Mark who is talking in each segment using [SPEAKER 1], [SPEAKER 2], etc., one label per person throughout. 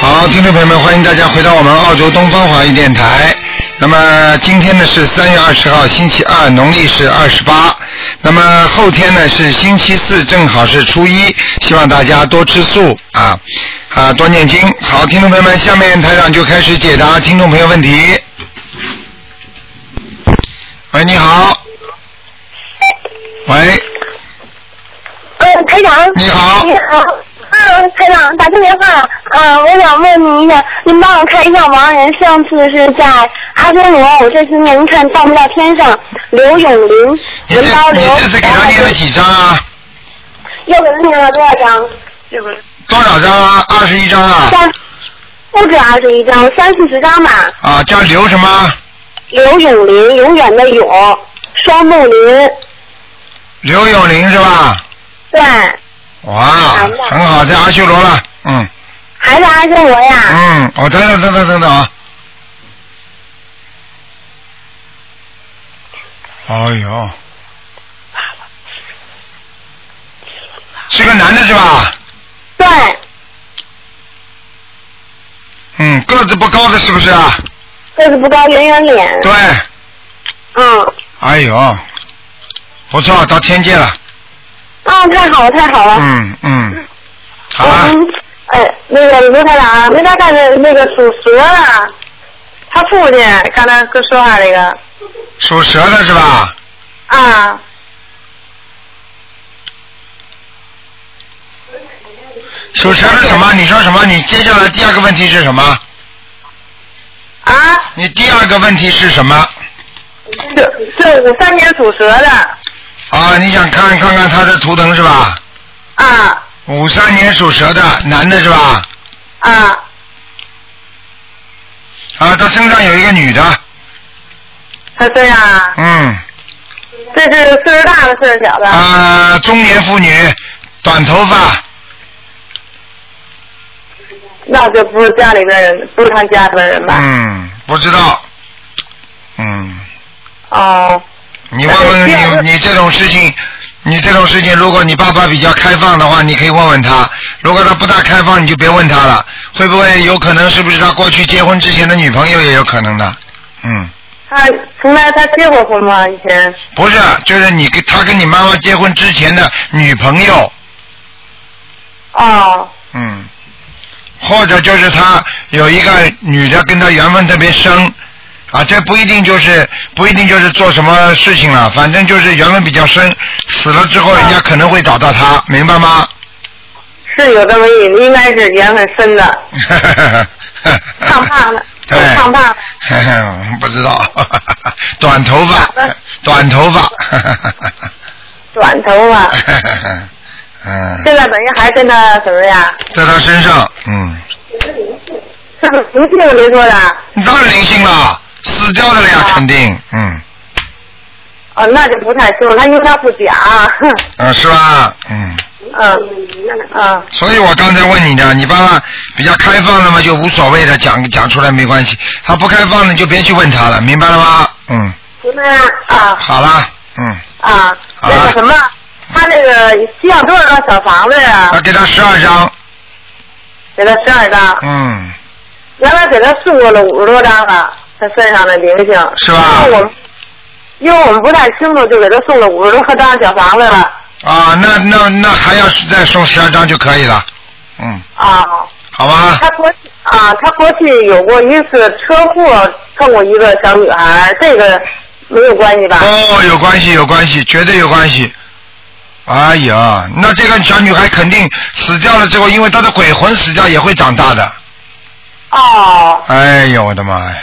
[SPEAKER 1] 好，听众朋友们，欢迎大家回到我们澳洲东方华语电台。那么今天呢是三月二十号，星期二，农历是二十八。那么后天呢是星期四，正好是初一，希望大家多吃素啊啊，多念经。好，听众朋友们，下面台长就开始解答听众朋友问题。喂，你好。喂，
[SPEAKER 2] 嗯，台长。
[SPEAKER 1] 你好
[SPEAKER 2] 你好。嗯，台长，打通电话。嗯，我想问您一下，您帮我看一下亡人，上次是在阿修罗，我这次念，您看到没到天上？刘永林，
[SPEAKER 1] 你
[SPEAKER 2] 文刀
[SPEAKER 1] 这你
[SPEAKER 2] 刘，
[SPEAKER 1] 这次给他念了几张啊？
[SPEAKER 2] 又给他念了多少张？
[SPEAKER 1] 多少张啊？二十一张啊？
[SPEAKER 2] 三，不止二十一张，三四十张吧。
[SPEAKER 1] 啊，叫刘什么？
[SPEAKER 2] 刘永林，永远的永，双木林，
[SPEAKER 1] 刘永林是吧？
[SPEAKER 2] 对，
[SPEAKER 1] 哇，很好，在阿修罗了，嗯
[SPEAKER 2] 还是阿修罗呀？
[SPEAKER 1] 嗯，我、等等等等等等啊。哎呦，是个男的是吧？
[SPEAKER 2] 对，
[SPEAKER 1] 嗯，个子不高的是不是啊？
[SPEAKER 2] 个子不高，圆圆脸。
[SPEAKER 1] 对，
[SPEAKER 2] 嗯。
[SPEAKER 1] 哎呦，不错，到天界了，
[SPEAKER 2] 啊，太好了，太好了。
[SPEAKER 1] 嗯嗯，好了，
[SPEAKER 2] 嗯，哎，那个刘台长，那他干的那个属蛇的，他父亲刚才跟说话那个
[SPEAKER 1] 属蛇的是吧？
[SPEAKER 2] 啊，
[SPEAKER 1] 属蛇的什么？你说什么？你接下来第二个问题是什么？
[SPEAKER 2] 啊，
[SPEAKER 1] 你第二个问题是什么？
[SPEAKER 2] 这这五三年属蛇的
[SPEAKER 1] 啊，你想看看看他的图腾是吧？
[SPEAKER 2] 啊
[SPEAKER 1] 五三年属蛇的男的是吧？
[SPEAKER 2] 啊
[SPEAKER 1] 啊，他身上有一个女的，
[SPEAKER 2] 他这样啊，
[SPEAKER 1] 嗯，
[SPEAKER 2] 这是岁数大的，岁数小的
[SPEAKER 1] 啊，中年妇女，短头发，
[SPEAKER 2] 那就不是家里边人，不是他家里边人吧？
[SPEAKER 1] 嗯，不知道，嗯，
[SPEAKER 2] 哦，
[SPEAKER 1] 你问问你，你这种事情，你这种事情，如果你爸爸比较开放的话，你可以问问他；如果他不大开放，你就别问他了。会不会有可能是不是他过去结婚之前的女朋友也有可能的？嗯，
[SPEAKER 2] 他从来他结过婚吗？以前
[SPEAKER 1] 不是，就是你跟他跟你妈妈结婚之前的女朋友。
[SPEAKER 2] 哦
[SPEAKER 1] 嗯，或者就是他有一个女的跟他缘分特别深，啊，这不一定就是不一定就是做什么事情了，反正就是缘分比较深，死了之后人家可能会找到他，明白吗？
[SPEAKER 2] 是有这么一，应该是缘分深的，胖胖的，
[SPEAKER 1] 对，
[SPEAKER 2] 胖胖的。
[SPEAKER 1] 不知道，短头发，短头发，
[SPEAKER 2] 短头发，
[SPEAKER 1] 哎嗯，
[SPEAKER 2] 现在等于还跟他什么呀？
[SPEAKER 1] 在他身上，嗯，
[SPEAKER 2] 是不是不信您说的？
[SPEAKER 1] 当然灵性了，死掉的了呀，肯定，嗯，
[SPEAKER 2] 哦，那就不太清楚，他因为他 不讲，哼
[SPEAKER 1] 啊，是吧？嗯。
[SPEAKER 2] 嗯嗯，
[SPEAKER 1] 所以我刚才问你的，你爸爸比较开放的嘛，就无所谓的，讲讲出来没关系。他不开放的，你就别去问他了，明白了吗？嗯，
[SPEAKER 2] 行吧，啊
[SPEAKER 1] 好啦，嗯，
[SPEAKER 2] 啊，
[SPEAKER 1] 好
[SPEAKER 2] 那
[SPEAKER 1] 了
[SPEAKER 2] 个什么，他这个需要多少张小房子呀
[SPEAKER 1] 要？给他十二张，
[SPEAKER 2] 给他十二张，
[SPEAKER 1] 嗯，
[SPEAKER 2] 原来给他送过了五十多张了，他身上的灵性
[SPEAKER 1] 是吧
[SPEAKER 2] 因为我们因为我们不太清楚，就给他送了五十多张小房子了。
[SPEAKER 1] 啊，那那那还要再送十二张就可以了，嗯，
[SPEAKER 2] 啊，
[SPEAKER 1] 好吗？
[SPEAKER 2] 他过去啊，他过去有过一次车祸，碰过一个小女孩，这个没有关系吧？
[SPEAKER 1] 哦，有关系，有关系，绝对有关系。哎呀，那这个小女孩肯定死掉了之后，因为她的鬼魂死掉也会长大的。
[SPEAKER 2] 哦，
[SPEAKER 1] 哎呦，我的妈呀！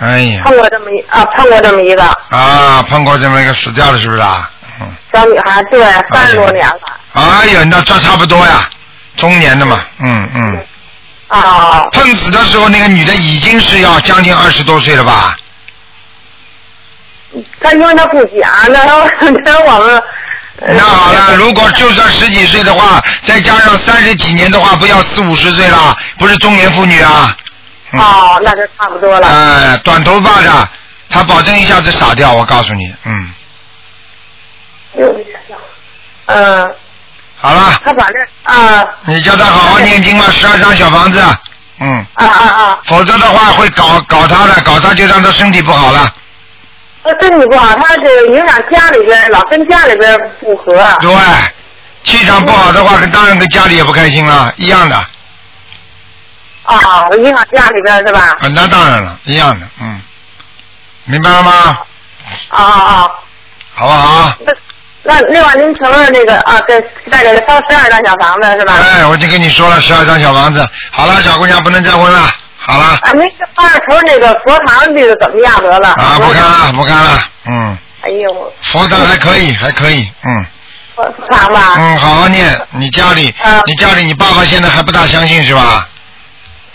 [SPEAKER 1] 哎呀，
[SPEAKER 2] 碰过这么一啊，碰过这么一个
[SPEAKER 1] 啊，碰过这么一个死掉了，是不是啊？嗯。
[SPEAKER 2] 小女孩，对，三十多年了。
[SPEAKER 1] 哎呀，那这差不多呀，中年的嘛，嗯嗯。
[SPEAKER 2] 哦，
[SPEAKER 1] 碰死的时候，那个女的已经是要将近二十多岁了吧？
[SPEAKER 2] 他因为他不讲，那 他那我们哎呃
[SPEAKER 1] 那好了，如果就算十几岁的话，再加上三十几年的话，不要四五十岁了，不是中年妇女啊。嗯、
[SPEAKER 2] 哦，那就差不多了。
[SPEAKER 1] 哎，短头发的，她保证一下子傻掉，我告诉你，嗯。
[SPEAKER 2] 嗯，
[SPEAKER 1] 好了，嗯
[SPEAKER 2] 他把这啊啊
[SPEAKER 1] 你叫她好好念经吧，十二张小房子，嗯，
[SPEAKER 2] 啊啊啊！
[SPEAKER 1] 否则的话会搞搞他的，搞他就让他身体不好了。
[SPEAKER 2] 呃，身体不好，他这影响家里边，老跟家里边不和。
[SPEAKER 1] 对，气场不好的话，当然跟家里也不开心了，一样的。
[SPEAKER 2] 啊，影响家里边是吧？
[SPEAKER 1] 啊，那当然了，一样的，嗯，明白了吗？
[SPEAKER 2] 啊啊啊！
[SPEAKER 1] 好不好？
[SPEAKER 2] 那那另外您承认那个啊，对，带着烧十二张小房子是吧？
[SPEAKER 1] 哎，我就跟你说了，十二张小房子。好了，小姑娘不能再问了，好了，
[SPEAKER 2] 啊，那个二头那个佛堂那个怎么样得了？
[SPEAKER 1] 啊，不看了，不看了，嗯，
[SPEAKER 2] 哎呦，
[SPEAKER 1] 佛堂还可以，还可以，嗯
[SPEAKER 2] 佛堂吧？
[SPEAKER 1] 嗯，好好念。你家里
[SPEAKER 2] 啊，
[SPEAKER 1] 你家里，你爸爸现在还不大相信是吧？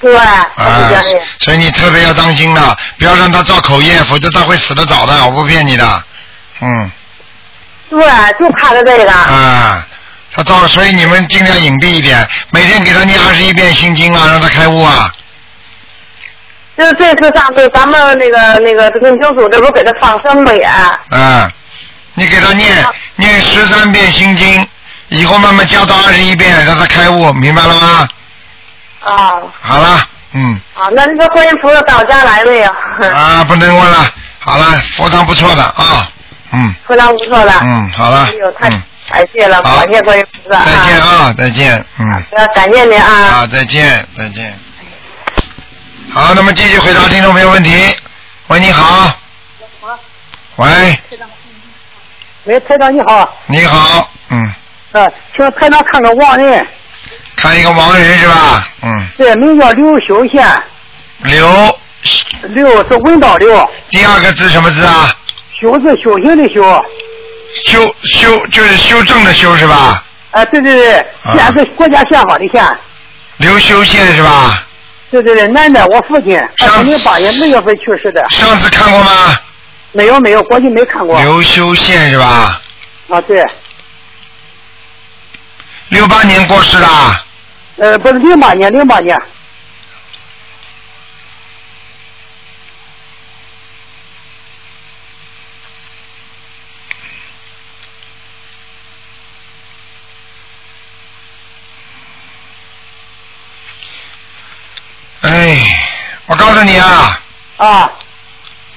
[SPEAKER 2] 对，
[SPEAKER 1] 啊
[SPEAKER 2] 我家里。，
[SPEAKER 1] 所以你特别要当心了，不要让他造口业，否则他会死得早的，我不骗你
[SPEAKER 2] 啊
[SPEAKER 1] 的。嗯，
[SPEAKER 2] 对，就怕他这个。
[SPEAKER 1] 啊，他造，所以你们尽量隐蔽一点，每天给他念二十一遍心经啊，让他开悟啊。
[SPEAKER 2] 就是这次上次咱们那个那个论清楚，这不给他放生吗也？
[SPEAKER 1] 啊，你给他念念十三遍心经，以后慢慢加到二十一遍，让他开悟，明白了吗？
[SPEAKER 2] 啊
[SPEAKER 1] 好了，嗯，
[SPEAKER 2] 啊，那您说观音菩萨到我家来没有？
[SPEAKER 1] 啊，不能问了，好了，佛堂不错的啊，嗯
[SPEAKER 2] 回答不错了。
[SPEAKER 1] 嗯，好了
[SPEAKER 2] 哎呦，，太
[SPEAKER 1] 嗯，
[SPEAKER 2] 感谢了，
[SPEAKER 1] 好
[SPEAKER 2] 感谢观音菩萨啊！
[SPEAKER 1] 再见啊，再见，嗯。
[SPEAKER 2] 要感谢您啊！
[SPEAKER 1] 好，再见，再见。好，那么继续回答听众朋友问题。喂，你好。喂，
[SPEAKER 3] 喂，台长你好，
[SPEAKER 1] 你好，嗯，
[SPEAKER 3] 呃，请台长看个亡人，
[SPEAKER 1] 看一个盲人是吧？嗯，
[SPEAKER 3] 对，名叫刘修贤，
[SPEAKER 1] 刘，
[SPEAKER 3] 刘是文道刘，
[SPEAKER 1] 第二个字什么字啊？
[SPEAKER 3] 修是修行的修，啊
[SPEAKER 1] 修修就是修正的修是吧？
[SPEAKER 3] 哎，对对对，
[SPEAKER 1] 啊
[SPEAKER 3] 宪是国家宪法的宪，
[SPEAKER 1] 刘修宪是吧？
[SPEAKER 3] 对对对，男的，我父亲，哎
[SPEAKER 1] 上
[SPEAKER 3] 二零零八年六月份去世的，
[SPEAKER 1] 上次看过吗？
[SPEAKER 3] 没有没有，过去没看过，
[SPEAKER 1] 刘修宪是吧？
[SPEAKER 3] 啊对，
[SPEAKER 1] 六八年过世的啊，
[SPEAKER 3] 呃，不是零八年零八年，
[SPEAKER 1] 哎，我告诉你啊，
[SPEAKER 3] 啊，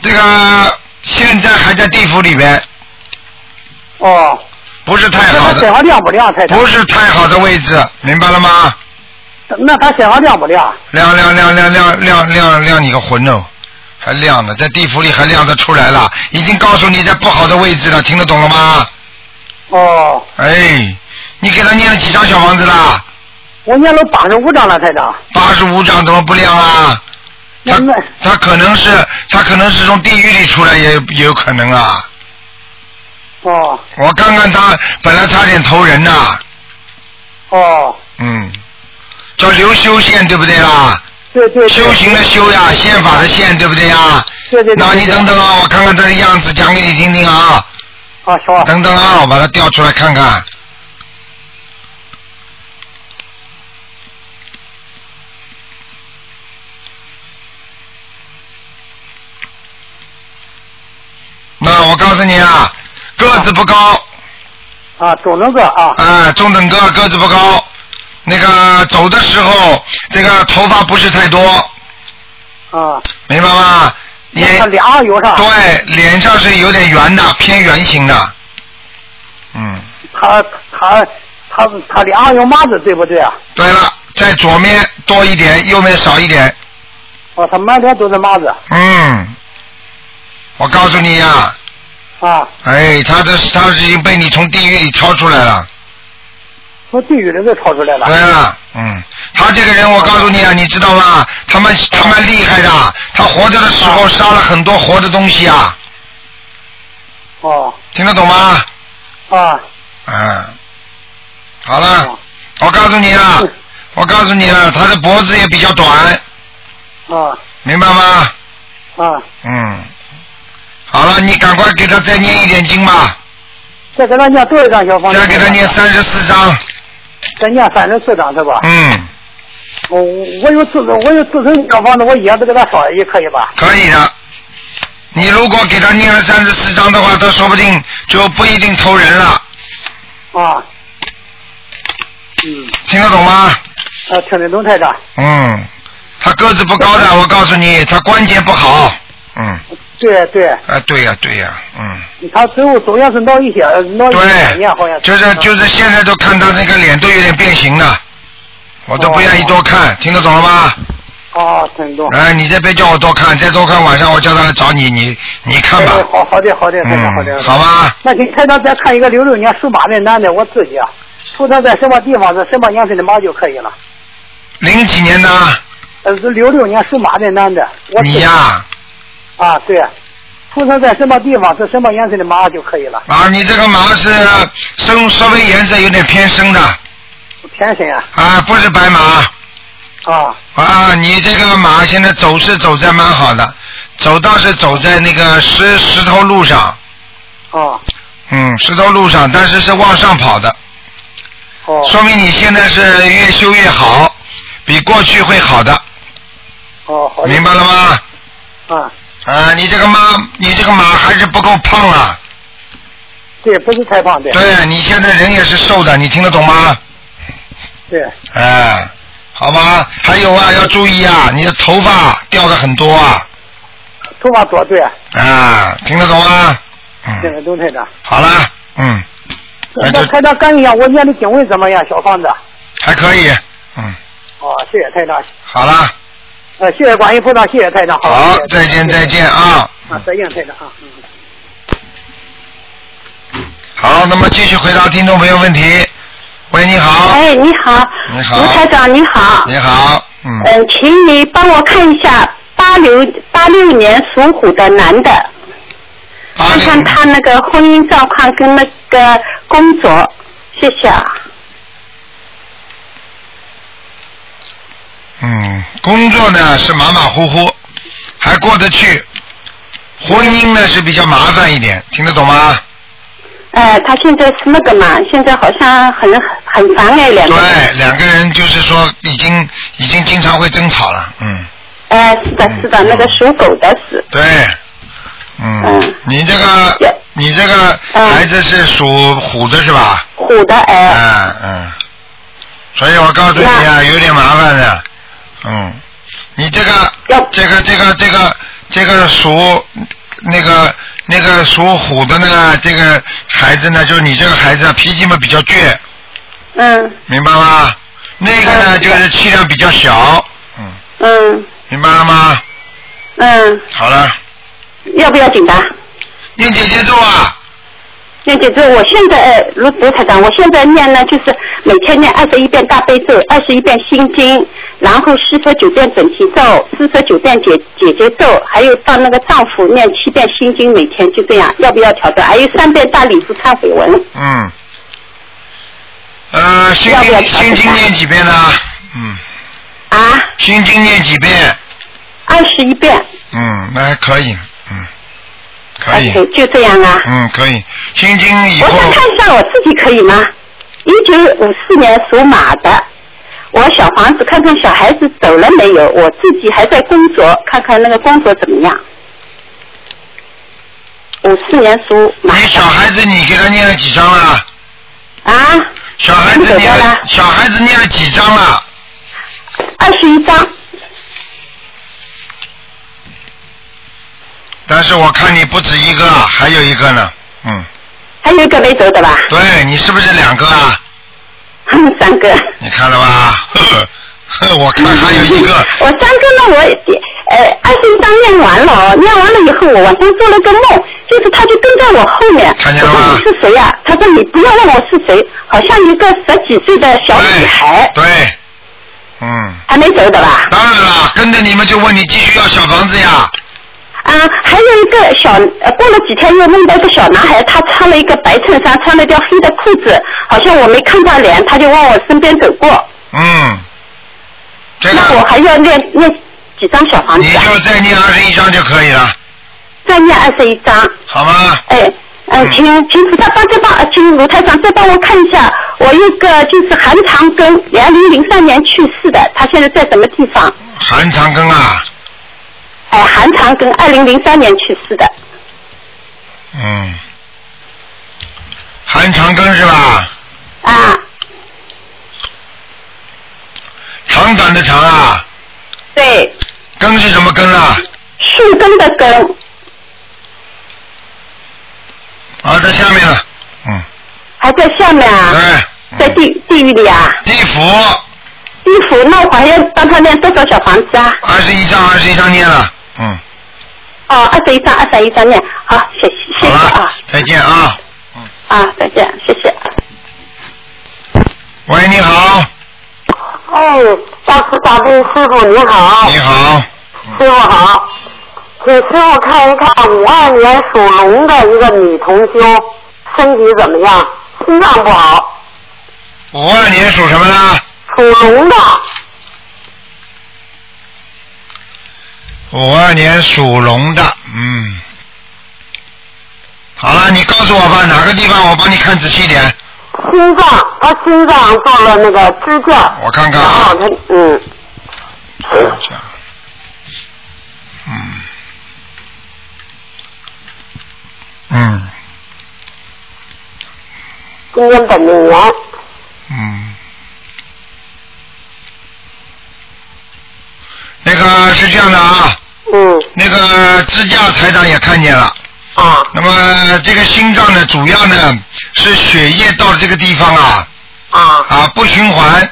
[SPEAKER 1] 这个现在还在地府里边，
[SPEAKER 3] 哦，
[SPEAKER 1] 不是太
[SPEAKER 3] 那
[SPEAKER 1] 好
[SPEAKER 3] 他
[SPEAKER 1] 的。
[SPEAKER 3] 身上亮不亮，台长？
[SPEAKER 1] 不是太好的位置，明白了吗？
[SPEAKER 3] 那他身上亮不亮？
[SPEAKER 1] 亮亮亮亮亮亮亮亮你个魂哦，还亮呢，在地府里还亮得出来了，已经告诉你在不好的位置了，听得懂了吗？
[SPEAKER 3] 哦，
[SPEAKER 1] 哎，你给他念了几张小房子啦？
[SPEAKER 3] 我年都八十五张了，台长，
[SPEAKER 1] 八十五张怎么不亮啊？他
[SPEAKER 3] 那那
[SPEAKER 1] 他可能是他可能是从地狱里出来也也有可能啊！
[SPEAKER 3] 哦
[SPEAKER 1] 我看看他本来差点投人呐、
[SPEAKER 3] 哦，
[SPEAKER 1] 嗯，叫刘修宪对不对啦？
[SPEAKER 3] 对对对，
[SPEAKER 1] 修行的修呀，宪法的宪对不对呀？
[SPEAKER 3] 对对对，
[SPEAKER 1] 那你等等啊，我看看他的样子，讲给你听听啊。
[SPEAKER 3] 啊行啊。
[SPEAKER 1] 等等啊，我把它调出来看看。那我告诉你啊，个子不高，
[SPEAKER 3] 啊，中等个啊，
[SPEAKER 1] 啊，中等个，个子不高。那个走的时候，这个头发不是太多，
[SPEAKER 3] 啊，
[SPEAKER 1] 明白吗？也
[SPEAKER 3] 那他俩有啥？
[SPEAKER 1] 对，脸上是有点圆的，偏圆形的。嗯，
[SPEAKER 3] 他他他他俩有麻子对不对啊？
[SPEAKER 1] 对了，在左面多一点，右面少一点。
[SPEAKER 3] 哦，他满脸都是麻子
[SPEAKER 1] 嗯，我告诉你呀、
[SPEAKER 3] 啊，
[SPEAKER 1] 哎，他这是他已经被你从地狱里抄出来了。
[SPEAKER 3] 从地狱里给掏出来了
[SPEAKER 1] 对。了，嗯，他这个人我告诉你啊，你知道吗？他们他们厉害的，他活着的时候杀了很多活的东西啊，
[SPEAKER 3] 哦
[SPEAKER 1] 听得懂吗？
[SPEAKER 3] 啊，
[SPEAKER 1] 嗯，好了，我告诉你啊，我告诉你了，他的脖子也比较短，
[SPEAKER 3] 啊
[SPEAKER 1] 明白吗？
[SPEAKER 3] 啊，
[SPEAKER 1] 嗯，好了，你赶快给他再念一点经吧，
[SPEAKER 3] 再给他念多少张小房子？
[SPEAKER 1] 再给他念，三十四章。
[SPEAKER 3] 再念三十四张是吧？
[SPEAKER 1] 嗯，
[SPEAKER 3] 我哦我有自我有自身小房子，我也子给他烧也可以吧？
[SPEAKER 1] 可以的。你如果给他念了三十四章的话，他说不定就不一定投人了，
[SPEAKER 3] 啊，嗯，
[SPEAKER 1] 听得懂吗？
[SPEAKER 3] 啊，听得懂台长。
[SPEAKER 1] 嗯，个子不高的，我告诉你，他关节不好。嗯，
[SPEAKER 3] 对对，
[SPEAKER 1] 啊，对呀、对呀、嗯，
[SPEAKER 3] 他最后总要是闹一些闹一两年，好像
[SPEAKER 1] 对，就是就是现在都看他那个脸都有点变形了，我都不愿意多看，听得懂了吗？
[SPEAKER 3] 哦，陈总。
[SPEAKER 1] 哎，你再别叫我多看，再多看晚上我叫他来找你，你你看吧
[SPEAKER 3] 哎。好好的好的，台长好的。
[SPEAKER 1] 嗯，好吧，
[SPEAKER 3] 那请台长再看一个六六年属马的男的，我自己啊，出生在什么地方是什么年份的马就可以了。
[SPEAKER 1] 零几年的
[SPEAKER 3] 呃，是六六年属马的男的，我自
[SPEAKER 1] 你
[SPEAKER 3] 己
[SPEAKER 1] 呀、
[SPEAKER 3] 啊，对，出生在什么地方是什么颜色的马就可以了。
[SPEAKER 1] 啊，你这个毛是深，稍微颜色有点偏深的
[SPEAKER 3] 天神啊，
[SPEAKER 1] 啊，不是白马
[SPEAKER 3] 啊，
[SPEAKER 1] 啊。你这个马现在走是走在蛮好的，走倒是走在那个石石头路上，
[SPEAKER 3] 哦，
[SPEAKER 1] 嗯，石头路上，但是是往上跑的，
[SPEAKER 3] 哦，
[SPEAKER 1] 说明你现在是越修越好，比过去会好的，
[SPEAKER 3] 哦，好的，
[SPEAKER 1] 明白了吗？
[SPEAKER 3] 啊，
[SPEAKER 1] 啊，你这个马，你这个马还是不够胖啊。
[SPEAKER 3] 对，不是太胖，对，
[SPEAKER 1] 对啊你现在人也是瘦的，你听得懂吗？
[SPEAKER 3] 对，
[SPEAKER 1] 哎，好吧，还有啊，要注意啊，你的头发掉的很多啊，
[SPEAKER 3] 头发多，对，
[SPEAKER 1] 啊，听得懂吗？
[SPEAKER 3] 这
[SPEAKER 1] 嗯，
[SPEAKER 3] 个都太长。
[SPEAKER 1] 好了，嗯，哎
[SPEAKER 3] 那
[SPEAKER 1] 这
[SPEAKER 3] 台长干一下，我念的经文怎么样？小房子，
[SPEAKER 1] 还可以，嗯，
[SPEAKER 3] 哦，谢谢台长，
[SPEAKER 1] 好了，
[SPEAKER 3] 呃，谢谢观音菩萨，谢谢台长，
[SPEAKER 1] 好
[SPEAKER 3] 谢谢，
[SPEAKER 1] 再见，再见啊，
[SPEAKER 3] 啊，再见，台长啊，嗯。
[SPEAKER 1] 好，那么继续回答听众朋友问题。喂，你好，
[SPEAKER 4] 哎，你好，
[SPEAKER 1] 你好
[SPEAKER 4] 卢台长，你好。
[SPEAKER 1] 你好，嗯，
[SPEAKER 4] 呃，请你帮我看一下八六八六年属虎的男的，
[SPEAKER 1] 八
[SPEAKER 4] 看
[SPEAKER 1] 零
[SPEAKER 4] 看他那个婚姻状况跟那个工作，谢谢啊。
[SPEAKER 1] 嗯，工作呢是马马虎虎，还过得去，婚姻呢是比较麻烦一点，听得懂吗？
[SPEAKER 4] 呃，他现在是那个嘛，现在好像很很烦哎，两个人。
[SPEAKER 1] 对，两个人就是说已经已经经常会争吵了，嗯，
[SPEAKER 4] 哎，是的，是的，
[SPEAKER 1] 嗯
[SPEAKER 4] 那个属狗的是。
[SPEAKER 1] 对，嗯，
[SPEAKER 4] 嗯
[SPEAKER 1] 你这个
[SPEAKER 4] 也
[SPEAKER 1] 你这个
[SPEAKER 4] 嗯
[SPEAKER 1] 孩子是属虎的是吧？
[SPEAKER 4] 虎的
[SPEAKER 1] 嗯、
[SPEAKER 4] 哎，
[SPEAKER 1] 嗯，所以我告诉你啊，有点麻烦的，嗯，你这个
[SPEAKER 4] 要
[SPEAKER 1] 这个这个这个这个属那个那个属虎的呢，这个孩子呢，就是你这个孩子啊脾气嘛比较倔，
[SPEAKER 4] 嗯
[SPEAKER 1] 明白吗？那个呢
[SPEAKER 4] 嗯
[SPEAKER 1] 就是气量比较小，嗯，
[SPEAKER 4] 嗯
[SPEAKER 1] 明白了吗？
[SPEAKER 4] 嗯，
[SPEAKER 1] 好了，
[SPEAKER 4] 要不要紧的？
[SPEAKER 1] 念姐姐咒啊，
[SPEAKER 4] 念姐咒，我现在呃，卢卢台长，我现在念呢，就是每天念二十一遍大悲咒，二十一遍心经，然后四十九遍准提咒，四十九遍解解结咒，还有到那个丈夫念七遍心经，每天就这样，要不要调整？还有三遍大礼佛忏悔文，
[SPEAKER 1] 嗯，呃，心
[SPEAKER 4] 要不要
[SPEAKER 1] 经
[SPEAKER 4] 调整
[SPEAKER 1] 心经
[SPEAKER 4] 啊
[SPEAKER 1] 念几遍呢？嗯，
[SPEAKER 4] 啊，
[SPEAKER 1] 心经念几遍？
[SPEAKER 4] 二十一遍
[SPEAKER 1] 嗯，那还可以，嗯，可以，
[SPEAKER 4] ，OK，就这样啊。
[SPEAKER 1] 嗯，可以。心经哎以
[SPEAKER 4] 我
[SPEAKER 1] 后
[SPEAKER 4] 想看一下我自己可以吗？一九五四年属马的，我小房子看看小孩子走了没有，我自己还在工作，看看那个工作怎么样。五四年属马
[SPEAKER 1] 你小孩子你给他念了几章了？
[SPEAKER 4] 啊，
[SPEAKER 1] 小孩子
[SPEAKER 4] 怎么
[SPEAKER 1] 念
[SPEAKER 4] 样
[SPEAKER 1] 了
[SPEAKER 4] 了，
[SPEAKER 1] 小孩子念了几章了？
[SPEAKER 4] 二十一张，
[SPEAKER 1] 但是我看你不止一个，啊还有一个呢。嗯，
[SPEAKER 4] 还有一个没走的吧？
[SPEAKER 1] 对你是不是两个啊？
[SPEAKER 4] 三个。
[SPEAKER 1] 你看了吧？ 呵呵我看还有一个。
[SPEAKER 4] 我三个呢，我呃二十一张念完了哦，念完了以后，我晚上做了个梦，就是他就跟在我后面。
[SPEAKER 1] 看见了吗
[SPEAKER 4] 我说你是谁呀、他说你不要问我是谁，好像一个十几岁的小女孩，
[SPEAKER 1] 对对，嗯，
[SPEAKER 4] 还没走的吧？
[SPEAKER 1] 当然了，跟着你们就问你继续要小房子呀。
[SPEAKER 4] 啊，还有一个小，呃，过了几天又梦到一个小男孩，他穿了一个白衬衫，穿了一条黑的裤子，好像我没看他脸，他就往我身边走过。
[SPEAKER 1] 嗯，这
[SPEAKER 4] 那我
[SPEAKER 1] 个
[SPEAKER 4] 还要念念几张小房
[SPEAKER 1] 你
[SPEAKER 4] 子啊？
[SPEAKER 1] 就再念二十一章就可以了，
[SPEAKER 4] 再念二十一张。
[SPEAKER 1] 好吗？
[SPEAKER 4] 哎，呃，
[SPEAKER 1] 嗯
[SPEAKER 4] 请请菩萨帮再帮，呃请卢台长再帮我看一下，我有个就是韩长庚，两零零三年去世的，他现在在什么地方？
[SPEAKER 1] 韩长庚啊，
[SPEAKER 4] 哎，韩长庚，二零零三年去世的，
[SPEAKER 1] 嗯，韩长庚是吧？
[SPEAKER 4] 啊，
[SPEAKER 1] 长短的长啊，
[SPEAKER 4] 对，
[SPEAKER 1] 根是什么啊根啦？
[SPEAKER 4] 树根的根，
[SPEAKER 1] 啊，在下面了，嗯，
[SPEAKER 4] 还在下面啊，
[SPEAKER 1] 对，嗯
[SPEAKER 4] 在地地狱里啊，
[SPEAKER 1] 地府
[SPEAKER 4] 地府那我还要帮他念多少小房子啊？
[SPEAKER 1] 二十一章，二十一章念了，嗯，
[SPEAKER 4] 哦，二十一张，二十一张念，好，谢谢谢
[SPEAKER 1] 好
[SPEAKER 4] 谢
[SPEAKER 1] 了
[SPEAKER 4] 啊，
[SPEAKER 1] 再见啊。
[SPEAKER 4] 啊，再见，谢谢。
[SPEAKER 1] 喂，你好，
[SPEAKER 2] 哎，大慈大悲师傅您好，
[SPEAKER 1] 你好，
[SPEAKER 2] 师傅好，请师傅看一看五二年属龙的一个女同修身体怎么样？心脏不好，
[SPEAKER 1] 五二年属什么呢？
[SPEAKER 2] 属龙的，
[SPEAKER 1] 五二年属龙的，嗯。好了，你告诉我吧，哪个地方我帮你看仔细一点，
[SPEAKER 2] 心脏她心脏做了那个支架，
[SPEAKER 1] 我看看
[SPEAKER 2] 然
[SPEAKER 1] 啊
[SPEAKER 2] 后。她嗯，
[SPEAKER 1] 这样，嗯，嗯
[SPEAKER 2] 今年本命年，
[SPEAKER 1] 嗯。那个是这样的啊，
[SPEAKER 2] 嗯
[SPEAKER 1] 那个支架台长也看见了。
[SPEAKER 2] 啊
[SPEAKER 1] 那么这个心脏呢，主要呢是血液到了这个地方啊
[SPEAKER 2] 啊
[SPEAKER 1] 啊不循环，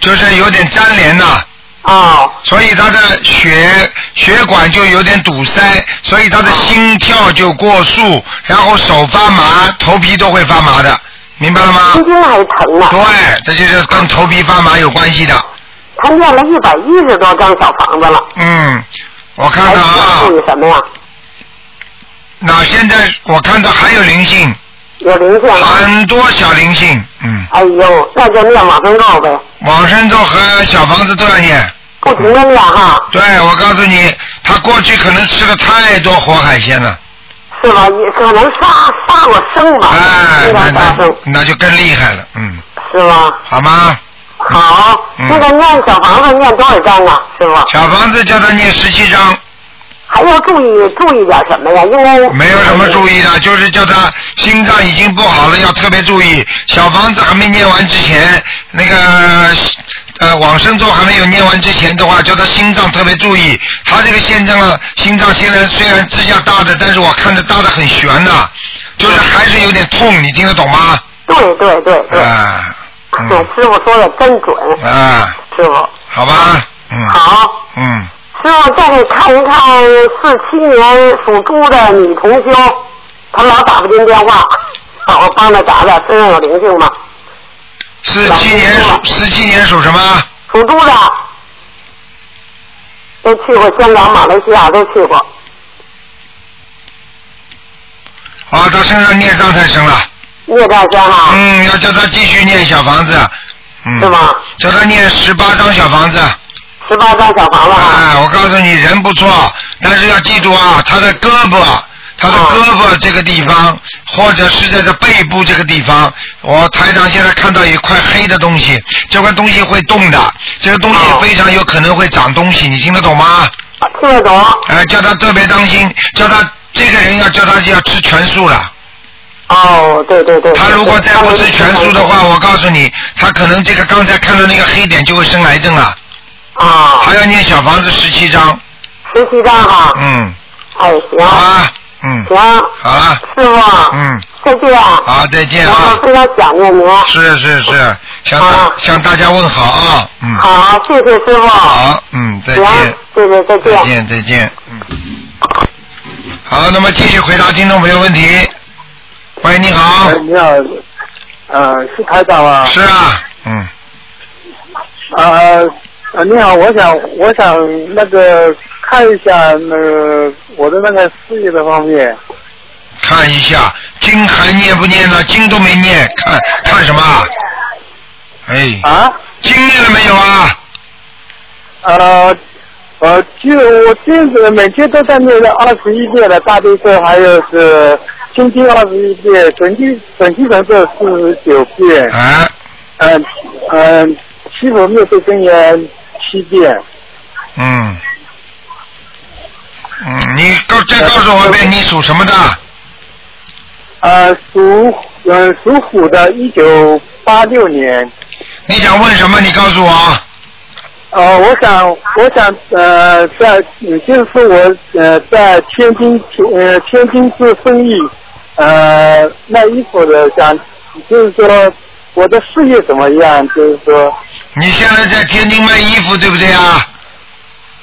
[SPEAKER 1] 就是有点粘连呐、
[SPEAKER 2] 哦
[SPEAKER 1] 所以他的血血管就有点堵塞，所以他的心跳就过速，然后手发麻，头皮都会发麻的，明白了吗？
[SPEAKER 2] 心经还疼呢，
[SPEAKER 1] 对，这就是跟头皮发麻有关系的。
[SPEAKER 2] 她念了一百一十多张小房子了，
[SPEAKER 1] 嗯，我看
[SPEAKER 2] 还
[SPEAKER 1] 看啊
[SPEAKER 2] 注，意什么呀？
[SPEAKER 1] 那现在我看到还有灵性，
[SPEAKER 2] 有灵性吗？
[SPEAKER 1] 很多小灵性，嗯，
[SPEAKER 2] 哎呦，那就念往生咒呗，
[SPEAKER 1] 往生咒和哎小房子都要念。
[SPEAKER 2] 不停的念哈，
[SPEAKER 1] 对，我告诉你，他过去可能吃了太多活海鲜了，
[SPEAKER 2] 是吧？也可能杀杀过生吧，
[SPEAKER 1] 哎，
[SPEAKER 2] 非
[SPEAKER 1] 那
[SPEAKER 2] 常杀
[SPEAKER 1] 那
[SPEAKER 2] 生，
[SPEAKER 1] 那就更厉害了，嗯，
[SPEAKER 2] 是吧？
[SPEAKER 1] 好吗？
[SPEAKER 2] 好，
[SPEAKER 1] 嗯
[SPEAKER 2] 那个念小房子念多少章啊，师傅？
[SPEAKER 1] 小房子叫他念十七章，
[SPEAKER 2] 还要注意注意点什么呀？应该
[SPEAKER 1] 没有什么注
[SPEAKER 2] 意。
[SPEAKER 1] 意的，就是叫他心脏已经不好了，要特别注意。小房子还没念完之前，那个呃往生咒还没有念完之前的话，叫他心脏特别注意。他这个现在呢，心脏现在虽然支架搭着，但是我看着搭的很悬的，就是还是有点痛，你听得懂吗？
[SPEAKER 2] 对对对对，
[SPEAKER 1] 啊，
[SPEAKER 2] 对
[SPEAKER 1] 嗯，
[SPEAKER 2] 师傅说的真准，
[SPEAKER 1] 啊，
[SPEAKER 2] 师傅
[SPEAKER 1] 好吧，嗯，
[SPEAKER 2] 好。
[SPEAKER 1] 嗯，
[SPEAKER 2] 师傅再给看一看四七年属猪的女同修，她老打不进电话，好我帮她打打身上有灵性吗？
[SPEAKER 1] 四七年属十七年属什么？
[SPEAKER 2] 属猪的，都去过香港、马来西亚都去过，
[SPEAKER 1] 啊，他身上孽障太深了。
[SPEAKER 2] 聂大山哈、
[SPEAKER 1] 嗯，要叫他继续念小房子。嗯。
[SPEAKER 2] 是吗？
[SPEAKER 1] 叫他念十八张小房子。
[SPEAKER 2] 十八张小房子啊，
[SPEAKER 1] 哎，我告诉你，人不错，但是要记住啊，他的胳膊，他的胳膊这个地方，或者是在这背部这个地方，我台长现在看到一块黑的东西，这块东西会动的，这个东西
[SPEAKER 2] 哦
[SPEAKER 1] 非常有可能会长东西，你听得懂吗？
[SPEAKER 2] 听得懂？
[SPEAKER 1] 哎，叫他特别当心，叫他这个人要叫他要吃全素了。
[SPEAKER 2] 哦，对对对。
[SPEAKER 1] 他如果再不吃全素的话，
[SPEAKER 2] 对
[SPEAKER 1] 我告诉你，他可能这个刚才看到那个黑点就会生癌症了，
[SPEAKER 2] 啊，
[SPEAKER 1] 还要念小房子十七章，
[SPEAKER 2] 十七张哈、
[SPEAKER 1] 嗯，
[SPEAKER 2] 哎行
[SPEAKER 1] 好吧，嗯，
[SPEAKER 2] 行，
[SPEAKER 1] 好了，
[SPEAKER 2] 师傅、
[SPEAKER 1] 嗯，
[SPEAKER 2] 再见，
[SPEAKER 1] 好，再见
[SPEAKER 2] 然
[SPEAKER 1] 啊
[SPEAKER 2] 后，非常想念您，
[SPEAKER 1] 是是是，向
[SPEAKER 2] 啊
[SPEAKER 1] 大向大家问好啊，嗯，
[SPEAKER 2] 好，谢谢师傅，
[SPEAKER 1] 好，嗯，再
[SPEAKER 2] 行
[SPEAKER 1] 见，，
[SPEAKER 2] 谢谢，再
[SPEAKER 1] 再
[SPEAKER 2] 见。
[SPEAKER 1] 见，再见，嗯，好，那么继续回答听众朋友问题。喂，你好
[SPEAKER 3] 哎，，你好，呃，是台长啊。
[SPEAKER 1] 是啊，嗯，
[SPEAKER 3] 呃，呃你好，我想，我想那个看一下那个我的那个事业的方面，
[SPEAKER 1] 看一下经还念不念了？经都没念，看看什么啊？哎，
[SPEAKER 3] 啊，
[SPEAKER 1] 经念了没有啊？
[SPEAKER 3] 呃，呃，就我现在每天都在念的二十一遍的大悲咒，还有是心经二十一遍，准提准提神咒四十九遍，
[SPEAKER 1] 哎，
[SPEAKER 3] 嗯、嗯、七佛灭罪真言七遍，
[SPEAKER 1] 嗯，嗯，你告再告诉我一遍，你属什么的？
[SPEAKER 3] 呃，属嗯属虎的，一九八六年。
[SPEAKER 1] 你想问什么？你告诉我。
[SPEAKER 3] 呃，我想，我想，呃，在，嗯就是我，呃，在天津，呃，天津做生意，呃，卖衣服的，想，就是说我的事业怎么样？就是说，
[SPEAKER 5] 你现在在天津卖衣服，对不对啊？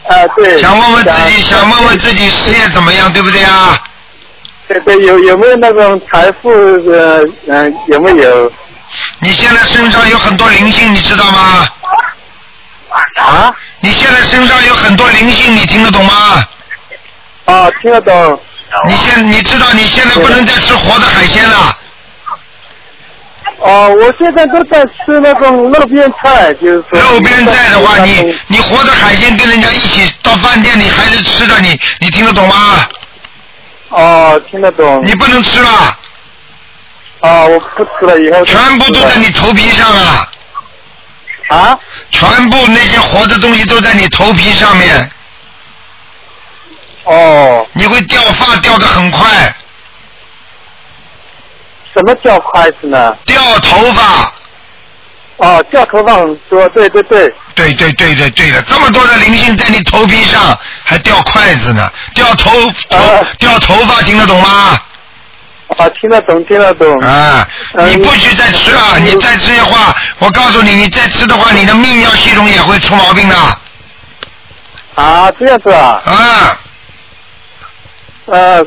[SPEAKER 3] 呃，对。
[SPEAKER 5] 想问问自己，想问问自己事业怎么样，对不对啊？
[SPEAKER 3] 对对，有有没有那种财富？呃，嗯、有没有？
[SPEAKER 5] 你现在身上有很多灵性，你知道吗？
[SPEAKER 3] 啊？
[SPEAKER 5] 你现在身上有很多灵性，你听得懂吗？
[SPEAKER 3] 啊，听得懂。
[SPEAKER 5] 你现你知道你现在不能再吃活的海鲜了，
[SPEAKER 3] 哦，我现在都在吃那种路边菜，就是说。
[SPEAKER 5] 肉边菜的话，
[SPEAKER 3] 那种
[SPEAKER 5] 你你活的海鲜跟人家一起到饭店里还是吃的，你你听得懂吗？
[SPEAKER 3] 哦，听得懂。
[SPEAKER 5] 你不能吃了，
[SPEAKER 3] 啊，我不吃了，以后就
[SPEAKER 5] 全部都在你头皮上啊，
[SPEAKER 3] 啊
[SPEAKER 5] 全部那些活的东西都在你头皮上面，
[SPEAKER 3] 哦，
[SPEAKER 5] 你会掉发掉的很快，
[SPEAKER 3] 什么叫筷子呢？
[SPEAKER 5] 掉头发。
[SPEAKER 3] 哦，掉头发很多，对对对，
[SPEAKER 5] 对对对对对了，这么多的灵性在你头皮上，还掉筷子呢，掉头头
[SPEAKER 3] 啊
[SPEAKER 5] 掉头发，听得懂吗？
[SPEAKER 3] 啊，听得懂听得懂，
[SPEAKER 5] 啊，
[SPEAKER 3] 呃
[SPEAKER 5] 你不许再吃啊！你再吃的话，我告诉你，你再吃的话，你的泌尿系统也会出毛病的
[SPEAKER 3] 啊，这样子啊，
[SPEAKER 5] 啊！
[SPEAKER 3] 呃，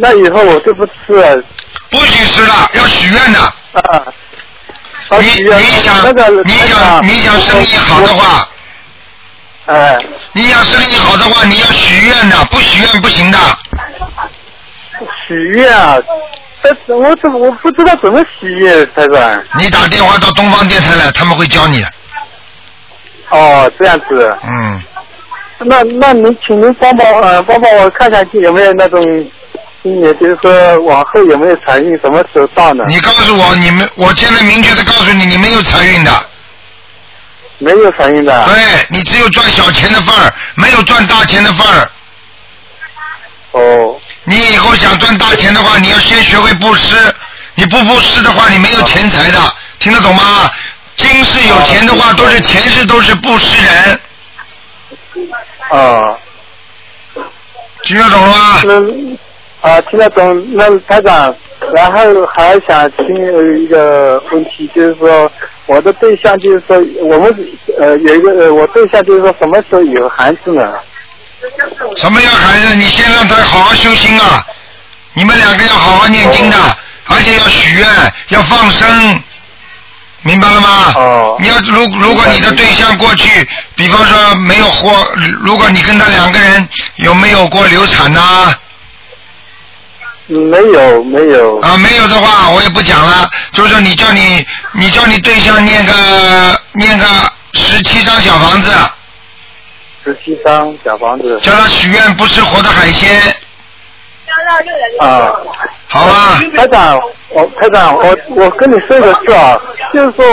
[SPEAKER 3] 那以后我就不吃了，
[SPEAKER 5] 不许吃了，要许愿的。
[SPEAKER 3] 啊。好
[SPEAKER 5] 你
[SPEAKER 3] 许愿
[SPEAKER 5] 你
[SPEAKER 3] 那个
[SPEAKER 5] 想你想你想生意好的，话，
[SPEAKER 3] 那个哎，
[SPEAKER 5] 你想生意好的话，你要许愿的，不许愿不行的。
[SPEAKER 3] 许愿啊，但是我怎么我不知道怎么许愿，台长。
[SPEAKER 5] 你打电话到东方电台来，他们会教你的。
[SPEAKER 3] 哦，这样子，
[SPEAKER 5] 嗯，
[SPEAKER 3] 那那您请您帮帮呃帮帮我看看有没有那种今年就是说往后有没有财运，什么时候到呢？
[SPEAKER 5] 你告诉我，你们，我现在明确的告诉你，你没有财运的，
[SPEAKER 3] 没有财运的。
[SPEAKER 1] 啊
[SPEAKER 5] 对哎你只有赚小钱的份儿，没有赚大钱的份儿。
[SPEAKER 3] 哦
[SPEAKER 5] 你以后想赚大钱的话，你要先学会布施。你不布施的话，你没有钱财的，听得懂吗？今世有钱的话，都是前世都是布施人，
[SPEAKER 3] 哦，
[SPEAKER 5] 听得懂了吗？
[SPEAKER 3] 那啊听得懂。那台长，然后还想请有一个问题，就是说我的对象就是说我们呃有一个呃我对象就是说什么时候有孩子呢？
[SPEAKER 5] 什么叫孩子？你先让他好好修心啊！你们两个要好好念经的，而且要许愿，要放生，明白了吗？
[SPEAKER 3] 哦
[SPEAKER 5] 你要如如果你的对象过去，比方说没有或如果你跟他两个人有没有过流产呐、
[SPEAKER 3] 没有没有。
[SPEAKER 5] 啊，没有的话我也不讲了，就是说你叫你你叫你对象念个念个十七张小房子，
[SPEAKER 3] 十七张小房子
[SPEAKER 5] 叫他许愿不吃活的海鲜，
[SPEAKER 3] 啊。
[SPEAKER 5] 好啊吧？
[SPEAKER 3] 台长，我台长，我我跟你说个事啊，就是说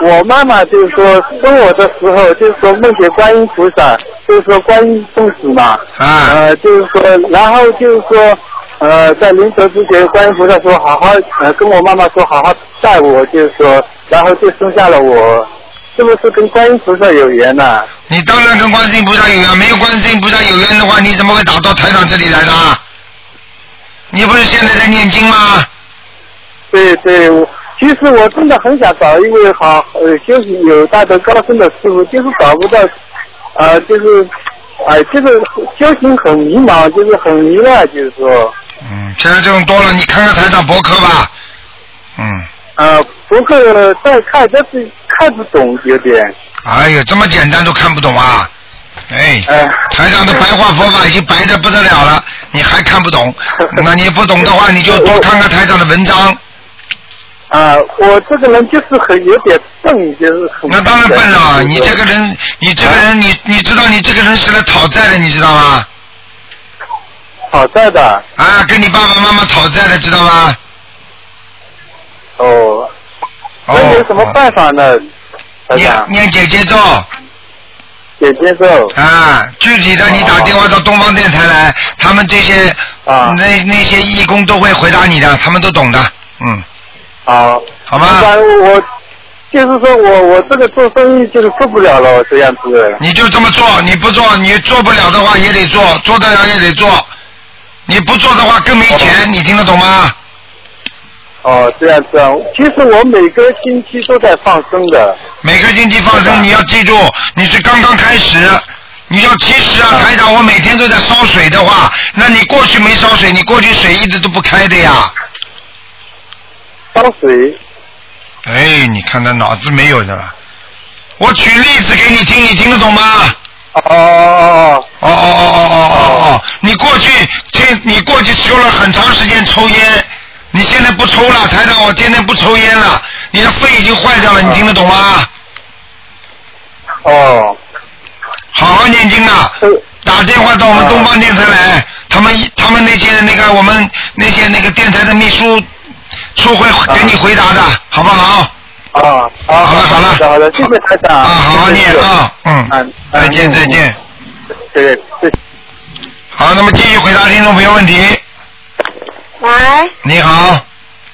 [SPEAKER 3] 我妈妈就是说生我的时候，就是说梦见观音菩萨，就是说观音送子嘛，
[SPEAKER 5] 啊，
[SPEAKER 3] 呃，就是说，然后就是说，呃，在临走之前，观音菩萨说好好，呃，跟我妈妈说好好待我，就是说，然后就生下了我，是不是跟观音菩萨有缘呐、
[SPEAKER 5] 你当然跟观世音菩萨有缘，没有观世音菩萨有缘的话，你怎么会打到台长这里来的啊？你不是现在在念经吗？
[SPEAKER 3] 对对，我其实我真的很想找一位好呃，就是有大德高深的师傅，就是找不到，呃，就是，哎、就是修行很迷茫，就是很迷乱，就是说，
[SPEAKER 5] 嗯，现在这种多了，你看看台长博客吧。嗯，
[SPEAKER 3] 呃，不过再看，但是看不懂有点，
[SPEAKER 5] 哎呦，这么简单都看不懂啊！哎，
[SPEAKER 3] 哎、
[SPEAKER 5] 台长的白话佛法已经白的不得了了，你还看不懂？那你不懂的话，你就多看看台长的文章。
[SPEAKER 3] 啊、我这个人就是很有点笨，就是很
[SPEAKER 5] 那当然笨了，啊
[SPEAKER 3] 就是
[SPEAKER 5] 你这个人，你这个人，你你知道你这个人是来讨债的，你知道吗？
[SPEAKER 3] 讨债的，
[SPEAKER 5] 啊，跟你爸爸妈妈讨债的，知道吗？
[SPEAKER 3] 哦，
[SPEAKER 5] 哦
[SPEAKER 3] 那有什么办法呢？台
[SPEAKER 5] 念
[SPEAKER 3] 长，
[SPEAKER 5] 念姐姐咒
[SPEAKER 3] 也接受
[SPEAKER 5] 啊，具体的你打电话到东方电台来，他们这些
[SPEAKER 3] 啊
[SPEAKER 5] 那那些义工都会回答你的，他们都懂的，嗯，
[SPEAKER 3] 好。
[SPEAKER 5] 好
[SPEAKER 3] 一
[SPEAKER 5] 吗？
[SPEAKER 3] 般我就是说我我这个做生意就是做不了了，这样子。
[SPEAKER 1] 你就这么做，你不做，你做不了的话也得做，做得了也得做。你不做的话更没钱，你听得懂吗？
[SPEAKER 3] 哦，这样子啊。其实我每个星期都在放生的。
[SPEAKER 1] 每个星期放生，你要记住，你是刚刚开始。你要其实啊，台长，我每天都在烧水的话，那你过去没烧水，你过去水一直都不开的呀。
[SPEAKER 3] 烧水。
[SPEAKER 1] 哎，你看他脑子没有的了。我举例子给你听，你听得懂吗？
[SPEAKER 3] 哦哦哦
[SPEAKER 1] 哦哦哦哦哦哦！你过去天，你过去修了很长时间抽烟，你现在不抽了，台长，我今天不抽烟了，你的肺已经坏掉了，你听得懂吗？
[SPEAKER 3] 哦，
[SPEAKER 1] 好好念经啊！
[SPEAKER 3] 是
[SPEAKER 1] 打电话到我们东方电台来，他们他们那些那个我们那些那个电台的秘书，说会给你回答的，好不好？
[SPEAKER 3] 啊啊！
[SPEAKER 1] 好了好了
[SPEAKER 3] 好的好的，谢谢台长。
[SPEAKER 1] 啊，好好
[SPEAKER 3] 谢
[SPEAKER 1] 念
[SPEAKER 3] 谢
[SPEAKER 1] 啊，嗯
[SPEAKER 3] 嗯，
[SPEAKER 1] 再见
[SPEAKER 3] 嗯
[SPEAKER 1] 再见。
[SPEAKER 3] 对对对。
[SPEAKER 1] 好，那么继续回答听众朋友问题。
[SPEAKER 2] 喂，
[SPEAKER 1] 你好，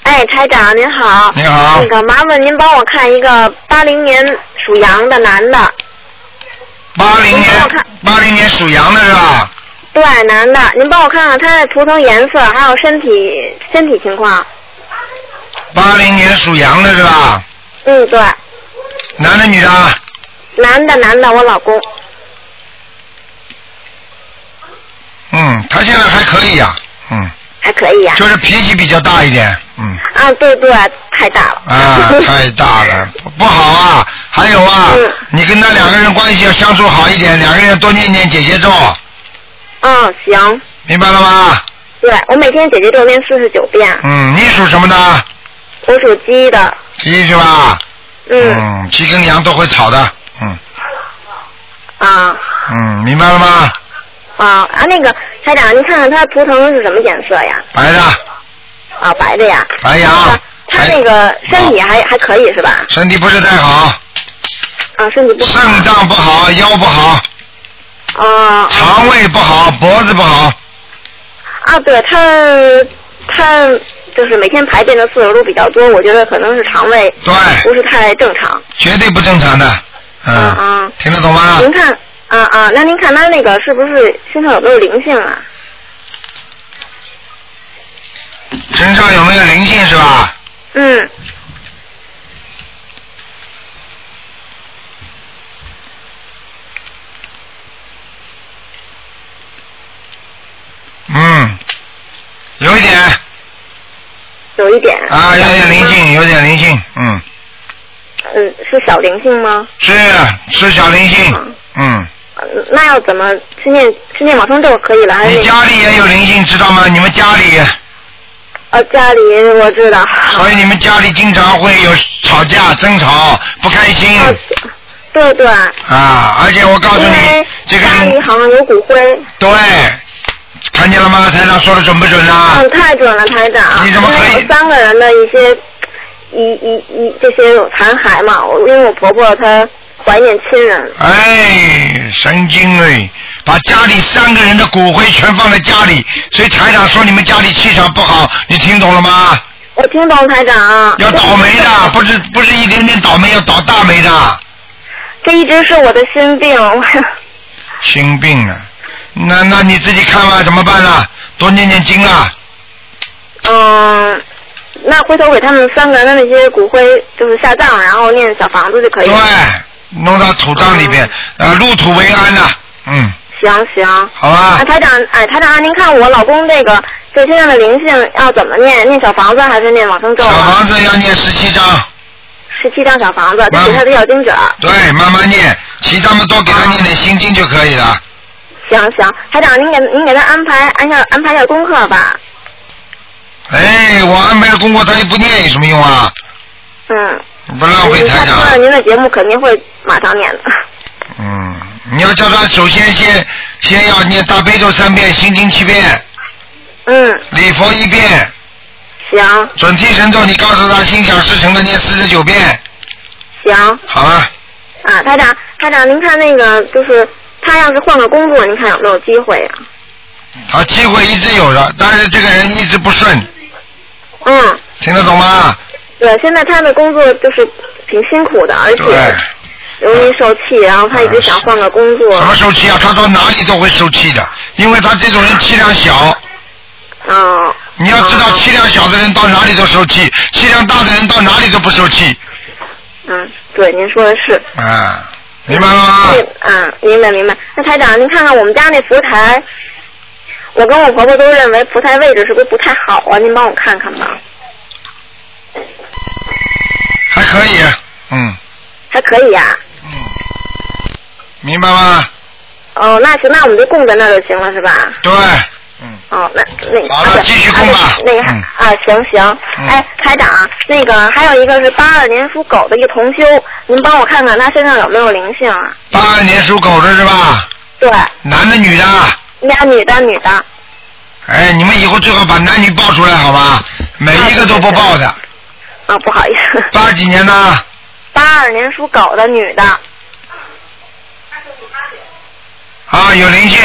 [SPEAKER 2] 哎，台长您好。
[SPEAKER 1] 你好
[SPEAKER 2] 那，个麻烦您帮我看一个八零年属羊的男的，
[SPEAKER 1] 八零
[SPEAKER 2] 您帮
[SPEAKER 1] 年
[SPEAKER 2] 我看
[SPEAKER 1] 八零年属羊的是吧？
[SPEAKER 2] 对，男的，您帮我看看他的图腾颜色，还有身体身体情况。
[SPEAKER 1] 八零年属羊的是吧？
[SPEAKER 2] 嗯，对，
[SPEAKER 1] 男的女的？
[SPEAKER 2] 男的男的，我老公。
[SPEAKER 1] 嗯，他现在还可以呀、嗯，
[SPEAKER 2] 还可以呀、
[SPEAKER 1] 就是脾气比较大一点，嗯，
[SPEAKER 2] 啊。对对，太大了。
[SPEAKER 1] 啊，太大了，不不好啊。还有啊
[SPEAKER 2] 嗯，
[SPEAKER 1] 你跟他两个人关系要相处好一点，两个人多念念姐姐咒，
[SPEAKER 2] 嗯，行，
[SPEAKER 1] 明白了吗？
[SPEAKER 2] 对我每天姐姐咒念四十九遍，
[SPEAKER 1] 嗯，你属什么的？
[SPEAKER 2] 我属鸡的。
[SPEAKER 1] 鸡是吧？
[SPEAKER 2] 嗯
[SPEAKER 1] 嗯，鸡跟羊都会吵的，嗯
[SPEAKER 2] 啊
[SPEAKER 1] 嗯，明白了吗？
[SPEAKER 2] 啊啊！那个台长，您看看他图腾是什么颜色呀？
[SPEAKER 1] 白的，
[SPEAKER 2] 啊，白的呀。
[SPEAKER 1] 白
[SPEAKER 2] 那
[SPEAKER 1] 羊
[SPEAKER 2] 个。他那个身体还还可以是吧？
[SPEAKER 1] 身体不是太好，
[SPEAKER 2] 啊，身体不好。
[SPEAKER 1] 肾脏不好，腰不好，
[SPEAKER 2] 啊
[SPEAKER 1] 肠胃不好，脖子不好，
[SPEAKER 2] 啊，对他他就是每天排便的次数都比较多，我觉得可能是肠胃
[SPEAKER 1] 对，
[SPEAKER 2] 不是太正常。
[SPEAKER 1] 绝对不正常的。
[SPEAKER 2] 嗯
[SPEAKER 1] 嗯，
[SPEAKER 2] 嗯，
[SPEAKER 1] 听得懂吗？
[SPEAKER 2] 您看。啊啊，那您看他那个是不是身上有没有灵性啊？
[SPEAKER 1] 身上有没有灵性是吧？
[SPEAKER 2] 嗯，
[SPEAKER 1] 嗯，有一点
[SPEAKER 2] 有一点。
[SPEAKER 1] 啊，有点灵。性，有点灵性，嗯，
[SPEAKER 2] 嗯，是小灵性吗？
[SPEAKER 1] 是是小灵性，嗯，
[SPEAKER 2] 嗯那要怎么去念？去念往生咒可以了，还是
[SPEAKER 1] 你
[SPEAKER 2] 那个
[SPEAKER 1] 家里也有灵性，知道吗？你们家里，
[SPEAKER 2] 呃家里我知道。
[SPEAKER 1] 所以你们家里经常会有吵架、争吵、不开心
[SPEAKER 2] 啊对对，
[SPEAKER 1] 啊，而且我告诉
[SPEAKER 2] 因
[SPEAKER 1] 你
[SPEAKER 2] 为，
[SPEAKER 1] 这个
[SPEAKER 2] 家里好像有骨灰。
[SPEAKER 1] 对，看见了吗？台长说的准不准啊？
[SPEAKER 2] 嗯，太准了，台长。
[SPEAKER 1] 你
[SPEAKER 2] 因
[SPEAKER 1] 怎么可以
[SPEAKER 2] 为有三个人的一些一一一这些有残骸嘛？我因为我婆婆她怀念亲人，
[SPEAKER 1] 哎，神经哎！把家里三个人的骨灰全放在家里，所以台长说你们家里气场不好，你听懂了吗？
[SPEAKER 2] 我听懂台长。啊
[SPEAKER 1] 要倒霉的，不是不是一点点倒霉，要倒大霉的，
[SPEAKER 2] 这一直是我的心病。
[SPEAKER 1] 心病啊！那那你自己看吧，怎么办呢？多念念经啊！
[SPEAKER 2] 嗯，那回头给他们三个人的那些骨灰就是下葬，然后念小房子就可以
[SPEAKER 1] 对
[SPEAKER 2] 了。，
[SPEAKER 1] 哎弄到土葬里边，呃，入土为安呐、嗯，
[SPEAKER 2] 行行。
[SPEAKER 1] 好
[SPEAKER 2] 啊，
[SPEAKER 1] 吧。
[SPEAKER 2] 台长，哎，台长，您看我老公这个这身上的灵性要怎么念？念小房子还是念往生咒
[SPEAKER 1] 小
[SPEAKER 2] 啊？
[SPEAKER 1] 房子要念十七章，
[SPEAKER 2] 十七张小房子，这
[SPEAKER 1] 嗯
[SPEAKER 2] 是他的要经者。
[SPEAKER 1] 对，慢慢念，其他们多给他念点心经就可以了。
[SPEAKER 2] 行行，台长，您给您给他安排安下安排一下功课吧。
[SPEAKER 1] 哎，我安排的功课他又不念有什么用啊？
[SPEAKER 2] 嗯，
[SPEAKER 1] 不
[SPEAKER 5] 啊
[SPEAKER 1] 浪费台
[SPEAKER 2] 他听了
[SPEAKER 1] 长。
[SPEAKER 2] 您的节目肯定会马上念的。
[SPEAKER 1] 嗯，你要叫他首先先先要念大悲咒三遍，心经七遍，
[SPEAKER 2] 嗯，
[SPEAKER 1] 礼佛一遍，
[SPEAKER 2] 行
[SPEAKER 1] 准提神咒你告诉他心想事成的念四十九遍。
[SPEAKER 2] 行
[SPEAKER 1] 好了，
[SPEAKER 2] 啊，台长，台长，您看那个就是他要是换个工作，您看有没有机会
[SPEAKER 6] 啊
[SPEAKER 2] 呀、
[SPEAKER 1] 他机会一直有的，但是这个人一直不顺，
[SPEAKER 2] 嗯，
[SPEAKER 1] 听得懂吗？
[SPEAKER 2] 对，现在他的工作就是脾
[SPEAKER 6] 挺辛苦的，而且
[SPEAKER 5] 对，嗯
[SPEAKER 6] 容易受气，然后他一直想换个工作
[SPEAKER 5] 什，么受气啊？他到哪里都会受气的，因为他这种人气量小。
[SPEAKER 6] 嗯，
[SPEAKER 5] 你要知道，气量小的人到哪里都受气，气量大的人到哪里都不受气。
[SPEAKER 6] 嗯，对，您说的是。
[SPEAKER 1] 嗯
[SPEAKER 5] 啊，明白了吗？
[SPEAKER 6] 对，嗯，明白明白。那台长，您看看我们家那佛台，我跟我婆婆都认为佛台位置是不是不太好啊？您帮我看看吧，
[SPEAKER 5] 还可以，嗯
[SPEAKER 6] 还可以呀、
[SPEAKER 5] 嗯，明白吗？
[SPEAKER 6] 哦，那行，那我们就供在那儿就行了，是吧？
[SPEAKER 5] 对，嗯，
[SPEAKER 6] 哦，那那
[SPEAKER 5] 好了
[SPEAKER 6] 啊对
[SPEAKER 5] 继续供吧
[SPEAKER 6] 啊那个
[SPEAKER 5] 嗯
[SPEAKER 6] 啊，行行，
[SPEAKER 5] 嗯
[SPEAKER 6] 哎，台长，那个还有一个是八二年属狗的一个同修，您帮我看看他身上有没有灵性啊？
[SPEAKER 5] 八二年属狗的是吧？
[SPEAKER 6] 对，
[SPEAKER 5] 男的女的？
[SPEAKER 6] 俩女的，啊女的，
[SPEAKER 5] 哎，你们以后最好把男女报出来，好吧？每一个都不报的。
[SPEAKER 6] 啊，不好意思，
[SPEAKER 5] 八几年的？
[SPEAKER 6] 八二年属狗的 女的，
[SPEAKER 5] 啊，有灵性，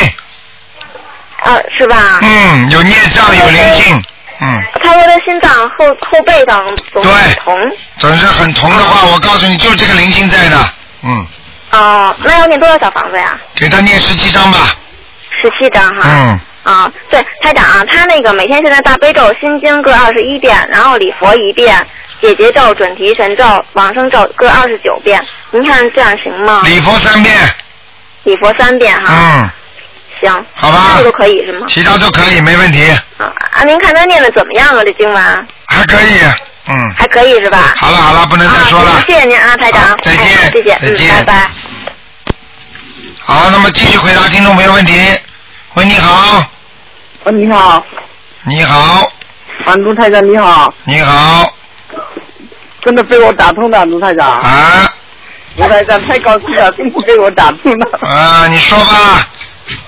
[SPEAKER 6] 啊，是吧？
[SPEAKER 5] 嗯，有孽障，有灵性，嗯，
[SPEAKER 6] 他说他心脏后后背上总
[SPEAKER 5] 对
[SPEAKER 6] 是疼，
[SPEAKER 5] 总是很疼的话，我告诉你，就这个灵性在的，嗯，
[SPEAKER 6] 哦，那要念多少小房子呀？
[SPEAKER 5] 给他念十七章吧，
[SPEAKER 6] 十七张哈。
[SPEAKER 5] 嗯，
[SPEAKER 6] 啊，对，台长啊，他那个每天现在大悲咒、心经各二十一遍，然后礼佛一遍，解结咒、准提神咒、往生咒各二十九遍，您看这样行吗？
[SPEAKER 5] 礼佛三遍，
[SPEAKER 6] 礼佛三遍哈，
[SPEAKER 5] 嗯，
[SPEAKER 6] 行，
[SPEAKER 5] 好吧
[SPEAKER 6] 这个可以是吗？
[SPEAKER 5] 其他都可以，没问题，
[SPEAKER 6] 啊，啊您看他念的怎么样啊？这经文
[SPEAKER 5] 还可以，嗯，
[SPEAKER 6] 还可以是吧？
[SPEAKER 5] 好了好了，不能再说了。
[SPEAKER 4] 嗯
[SPEAKER 6] 啊，谢谢您啊，台长
[SPEAKER 5] 好，再见
[SPEAKER 6] 哎谢谢，
[SPEAKER 5] 再见
[SPEAKER 6] 嗯，拜拜。
[SPEAKER 5] 好，那么继续回答听众朋友问题。喂，你好，
[SPEAKER 3] 啊，你好，
[SPEAKER 5] 你好，
[SPEAKER 3] 啊，卢台长你好，
[SPEAKER 5] 你好，
[SPEAKER 3] 真的被我打通了，卢台长，
[SPEAKER 5] 啊
[SPEAKER 3] 卢台长太高兴了，真的被我打通了。
[SPEAKER 5] 啊，你说吧，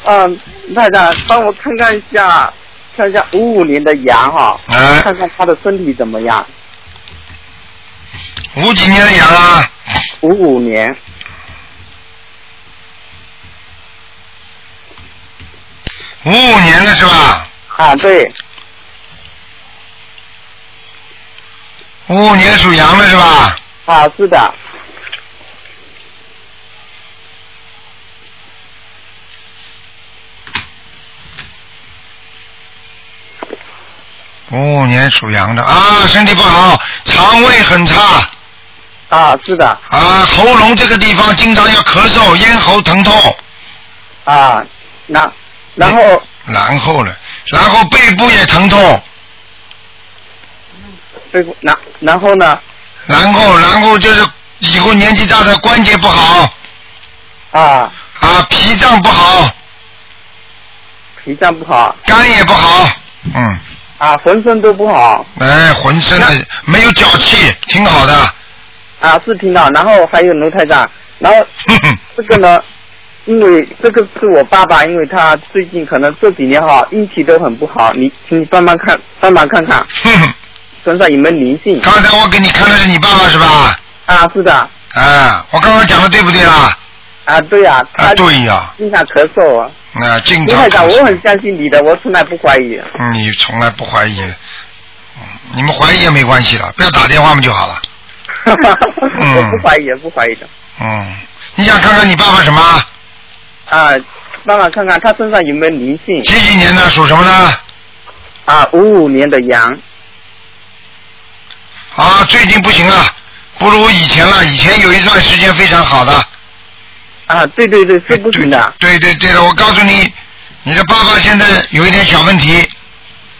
[SPEAKER 3] 嗯，卢台长，帮我看看一下，看一下五五年的羊哈，
[SPEAKER 5] 啊
[SPEAKER 3] 看，看他的身体怎么样。
[SPEAKER 5] 五几年的羊啊，
[SPEAKER 3] 五五年，
[SPEAKER 5] 五五年的是吧？
[SPEAKER 3] 啊，对，
[SPEAKER 5] 五五年属羊的是吧？
[SPEAKER 3] 啊，是的，
[SPEAKER 5] 五五年属羊的啊，身体不好，肠胃很差
[SPEAKER 3] 啊，是的，
[SPEAKER 5] 啊，喉咙这个地方经常要咳嗽，咽喉疼痛，
[SPEAKER 3] 啊，那然后
[SPEAKER 5] 然后呢，然后背部也疼痛，
[SPEAKER 3] 对不，然然后呢，
[SPEAKER 5] 然后然后就是以后年纪大的关节不好
[SPEAKER 3] 啊，
[SPEAKER 5] 啊，脾脏不好，
[SPEAKER 3] 脾脏不好，
[SPEAKER 5] 肝也不好，嗯，
[SPEAKER 3] 啊，浑身都不好，
[SPEAKER 5] 哎，浑身的没有脚气，挺好的，
[SPEAKER 3] 啊，是听到，然后还有卢台长，然后
[SPEAKER 5] 哼哼，
[SPEAKER 3] 这个呢，因为这个是我爸爸，因为他最近可能这几年哈运气都很不好，你请你帮忙看，帮忙看看
[SPEAKER 5] 哼哼。
[SPEAKER 3] 身上有没有灵性
[SPEAKER 5] 刚才我给你看的是你爸爸是吧？
[SPEAKER 3] 啊？是的，
[SPEAKER 5] 啊，我刚刚讲的对不对啦？
[SPEAKER 3] 啊，对啊，
[SPEAKER 5] 啊，
[SPEAKER 3] 他
[SPEAKER 5] 对呀、
[SPEAKER 3] 经常咳嗽啊。
[SPEAKER 5] 那经
[SPEAKER 3] 卢
[SPEAKER 5] 常
[SPEAKER 3] 台
[SPEAKER 5] 咳嗽。
[SPEAKER 3] 长，我很相信你的，我从来不怀疑。
[SPEAKER 5] 嗯你从来不怀疑，嗯你们怀疑也没关系了，不要打电话嘛就好了。
[SPEAKER 3] 我不怀疑，不怀疑的。
[SPEAKER 5] 嗯，你想看看你爸爸什么？
[SPEAKER 3] 啊，帮忙看看他身上有没有灵性
[SPEAKER 5] 几几年的，属什么呢？
[SPEAKER 3] 啊？五五年的羊
[SPEAKER 5] 啊，最近不行了，不如以前了。以前有一段时间非常好的。
[SPEAKER 3] 啊，对对
[SPEAKER 5] 哎
[SPEAKER 3] 对，是不行的。
[SPEAKER 5] 对对对了，我告诉你，你的爸爸现在有一点小问题，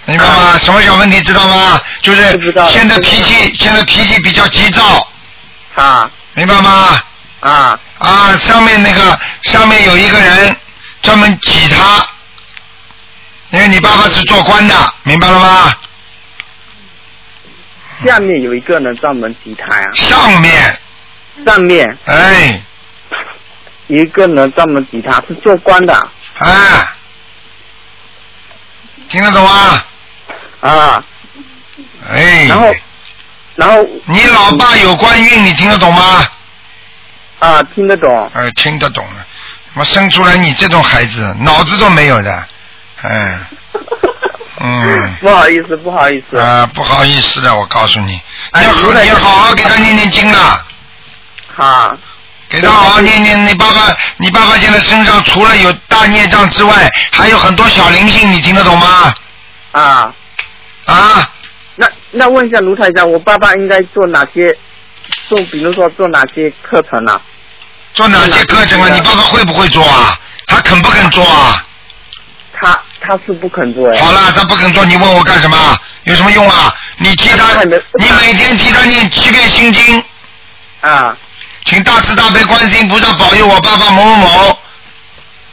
[SPEAKER 5] 明白吗？什么小问题知道吗？就是
[SPEAKER 3] 啊不知道
[SPEAKER 5] 现在
[SPEAKER 3] 不知
[SPEAKER 5] 脾
[SPEAKER 3] 道
[SPEAKER 5] 气，现在脾气比较急躁，
[SPEAKER 3] 啊
[SPEAKER 5] 明白吗？
[SPEAKER 3] 啊
[SPEAKER 5] 啊，上面那个上面有一个人专门挤他，因为你爸爸是做官的，明白了吗？
[SPEAKER 3] 下面有一个人专门挤他呀，
[SPEAKER 5] 上面，嗯
[SPEAKER 3] 上面
[SPEAKER 5] 哎
[SPEAKER 3] 有一个人专门挤他，是做官的
[SPEAKER 5] 哎，听得懂吗？
[SPEAKER 3] 啊。
[SPEAKER 5] 哎，
[SPEAKER 3] 然后，然后
[SPEAKER 5] 你老爸有官运，你听得懂吗？
[SPEAKER 3] 啊，听得懂
[SPEAKER 5] 哎，听得懂了。我生出来你这种孩子，脑子都没有的，哎，嗯，
[SPEAKER 3] 不好意思，不好意思
[SPEAKER 5] 啊啊、不好意思的，我告诉你，
[SPEAKER 3] 哎
[SPEAKER 5] 你要
[SPEAKER 3] 卢台
[SPEAKER 5] 你要
[SPEAKER 3] 长
[SPEAKER 5] 好好给他念念经了，
[SPEAKER 3] 他。
[SPEAKER 5] 给他好好念念。你爸爸，你爸爸现在身上除了有大孽障之外，还有很多小灵性，你听得懂吗？
[SPEAKER 3] 啊，
[SPEAKER 5] 啊，
[SPEAKER 3] 那那问一下卢台长，我爸爸应该做哪些？做比如说做哪些课程啊？
[SPEAKER 5] 做哪些课程啊？你爸爸会不会做啊？他肯不肯做啊？
[SPEAKER 3] 他他是不肯做呀。
[SPEAKER 5] 好了，他不肯做，你问我干什么？有什么用啊？你替
[SPEAKER 3] 他
[SPEAKER 5] 他，
[SPEAKER 3] 肯的
[SPEAKER 5] 你每天替他念七遍心经，
[SPEAKER 3] 啊
[SPEAKER 5] 请大慈大悲观世音菩萨保佑我爸爸某某某，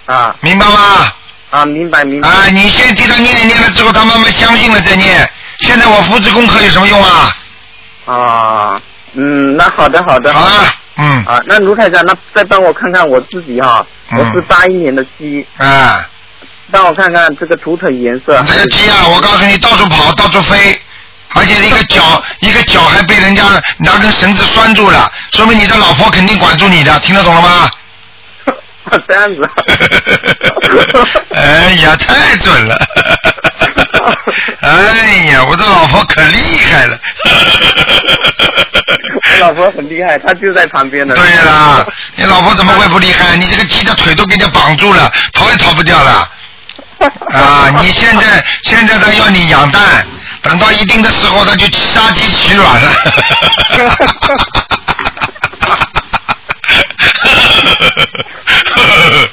[SPEAKER 3] 啊
[SPEAKER 5] 明白吗？
[SPEAKER 3] 啊！明白明白。
[SPEAKER 5] 啊，你先替他念念了之后，他慢慢相信了再念。现在我复制功课有什么用啊？
[SPEAKER 3] 啊，嗯，那好的好的。
[SPEAKER 5] 好了，嗯，
[SPEAKER 3] 啊，那卢台长，那再帮我看看我自己哈、
[SPEAKER 5] 嗯
[SPEAKER 3] 我是八一年的鸡，
[SPEAKER 5] 啊，
[SPEAKER 3] 帮我看看这个图腾颜色。
[SPEAKER 5] 这个鸡啊，我告诉你，到处跑，到处飞，而且一个脚一个脚还被人家拿根绳子拴住了，说明你的老婆肯定管住你的，听得懂了吗？
[SPEAKER 3] 这样 子。啊
[SPEAKER 5] 哎呀，太准了！哎呀，我的老婆可厉害了！
[SPEAKER 3] 我老婆很厉害，她就在旁边呢。
[SPEAKER 5] 对 啦，你老婆怎么会不厉害？你这个鸡的腿都给人家绑住了，逃也逃不掉了。啊，你现在现在他要你养蛋，等到一定的时候，他就杀鸡取卵了。
[SPEAKER 3] 那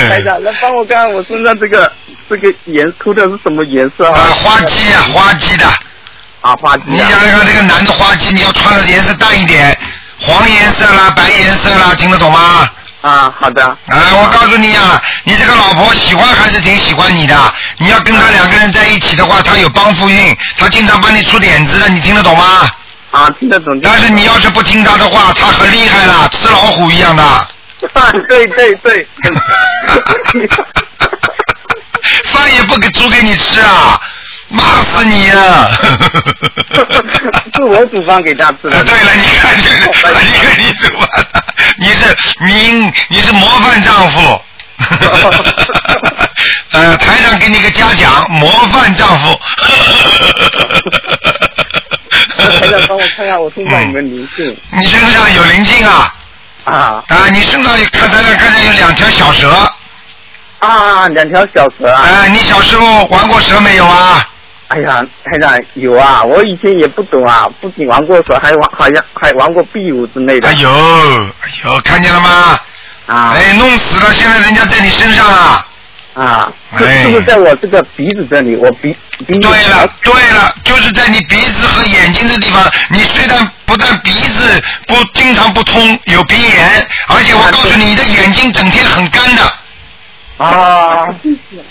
[SPEAKER 5] 嗯
[SPEAKER 3] 台长，那帮我看看我身上这个这个颜涂的是什么颜色
[SPEAKER 5] 啊，
[SPEAKER 3] 啊？
[SPEAKER 5] 花鸡啊，花鸡的，
[SPEAKER 3] 啊，花鸡、啊。
[SPEAKER 5] 你想想看，这个男的花鸡，你要穿的颜色淡一点，黄颜色啦，白颜色啦，听得懂吗？
[SPEAKER 3] 啊，好的。
[SPEAKER 5] 啊，我告诉你啊，你这个老婆喜欢还是挺喜欢你的。你要跟她两个人在一起的话，她有帮夫运，她经常帮你出点子的，你听得懂吗？
[SPEAKER 3] 啊，听得懂。
[SPEAKER 5] 但是你要是不听她的话，她很厉害了，吃老虎一样的，
[SPEAKER 3] 对对对。
[SPEAKER 5] 饭也不给煮给你吃啊，骂死你啊！
[SPEAKER 3] 是我煮饭给他吃
[SPEAKER 5] 啊，
[SPEAKER 3] 的。
[SPEAKER 5] 对了，你看这个，你看你怎么了？你是明，你是模范丈夫。 呃，台上给你个嘉奖，模范丈夫。
[SPEAKER 3] 台长，帮我看看我身上有没有灵性、
[SPEAKER 5] 你身上有灵性啊！
[SPEAKER 3] 啊
[SPEAKER 5] 啊，你身上有看台上看见有两条小蛇。
[SPEAKER 3] 啊！两条小蛇啊！
[SPEAKER 5] 啊，你小时候玩过蛇没有啊？
[SPEAKER 3] 哎呀，台长有啊！我以前也不懂啊，不仅玩过蛇，还玩好像还玩过壁虎之类的
[SPEAKER 5] 哎呦，哎呦，看见了吗？
[SPEAKER 3] 啊
[SPEAKER 5] 哎，弄死了！现在人家在你身上啊。
[SPEAKER 3] 啊！是
[SPEAKER 5] 哎
[SPEAKER 3] 是不是在我这个鼻子这里？我鼻鼻子
[SPEAKER 5] 对了，对了，就是在你鼻子和眼睛的地方，你虽然不但鼻子不经常不通，有鼻炎，而且我告诉你，你的眼睛整天很干的，
[SPEAKER 3] 啊！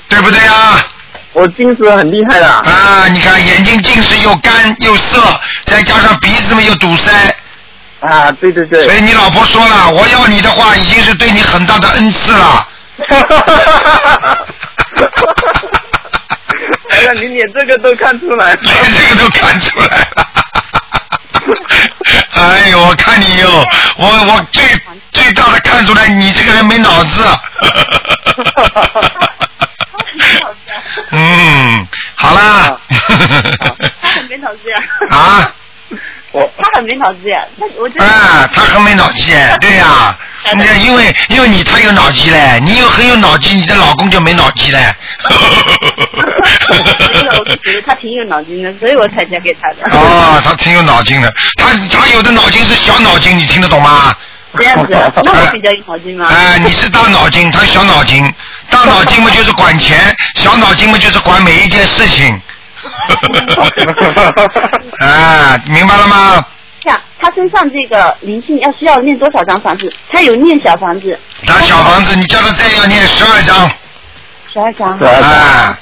[SPEAKER 5] 对不对啊？
[SPEAKER 3] 我近视很厉害的
[SPEAKER 5] 啊，你看眼睛近视又干又涩，再加上鼻子嘛又堵塞，
[SPEAKER 3] 啊！对对对
[SPEAKER 5] 所。以你老婆说了，我要你的话已经是对你很大的恩赐了。
[SPEAKER 1] 哎
[SPEAKER 3] 台长，你连这个都看出来了。
[SPEAKER 5] 连这个都看出来了。 哎呦，我看你哟，我我最最大的看出来你这个人没脑子。 嗯，好 啦。
[SPEAKER 1] 啊他很没脑子呀，
[SPEAKER 5] 啊，
[SPEAKER 3] 我
[SPEAKER 1] 他很没脑子呀，他我真的
[SPEAKER 5] 哎，他很没脑筋，对呀、 你看，因为因为你太有脑筋嘞，你有很有脑筋，你的老公就没脑筋嘞。
[SPEAKER 1] 我真的我就觉得他挺有脑筋的，所以我才嫁给他的。
[SPEAKER 5] 哦，他挺有脑筋的，他他有的脑筋是小脑筋，你听得懂吗？
[SPEAKER 1] 这样 子，那我比较有脑筋吗？
[SPEAKER 5] 哎、你是大脑筋，他小脑筋，大脑筋嘛就是管钱，小脑筋嘛就是管每一件事情。哎，明白了吗？
[SPEAKER 1] 这样，他身上这个灵性要需要念多少张房子？他有念小房子，
[SPEAKER 5] 他小房子，你叫他再要念十二章，
[SPEAKER 1] 十二张。
[SPEAKER 5] 哎，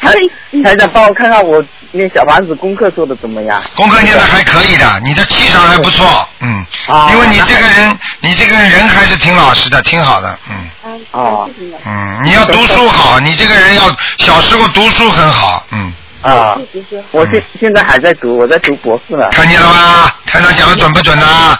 [SPEAKER 1] 他是一
[SPEAKER 5] 呃
[SPEAKER 3] 啊台长，帮我看看我那小房子功课做的怎么样？
[SPEAKER 5] 功课念的还可以的，你的气场还不错，嗯，
[SPEAKER 3] 啊
[SPEAKER 5] 因为你这个人，你这个人还是挺老实的，挺好的，嗯
[SPEAKER 1] 嗯，
[SPEAKER 3] 哦
[SPEAKER 5] 嗯，你要读书好，你这个人要小时候读书很好，嗯，
[SPEAKER 3] 啊，我现现在还在读，我在读博士呢。
[SPEAKER 5] 看见了吗？台长讲的准不准呐、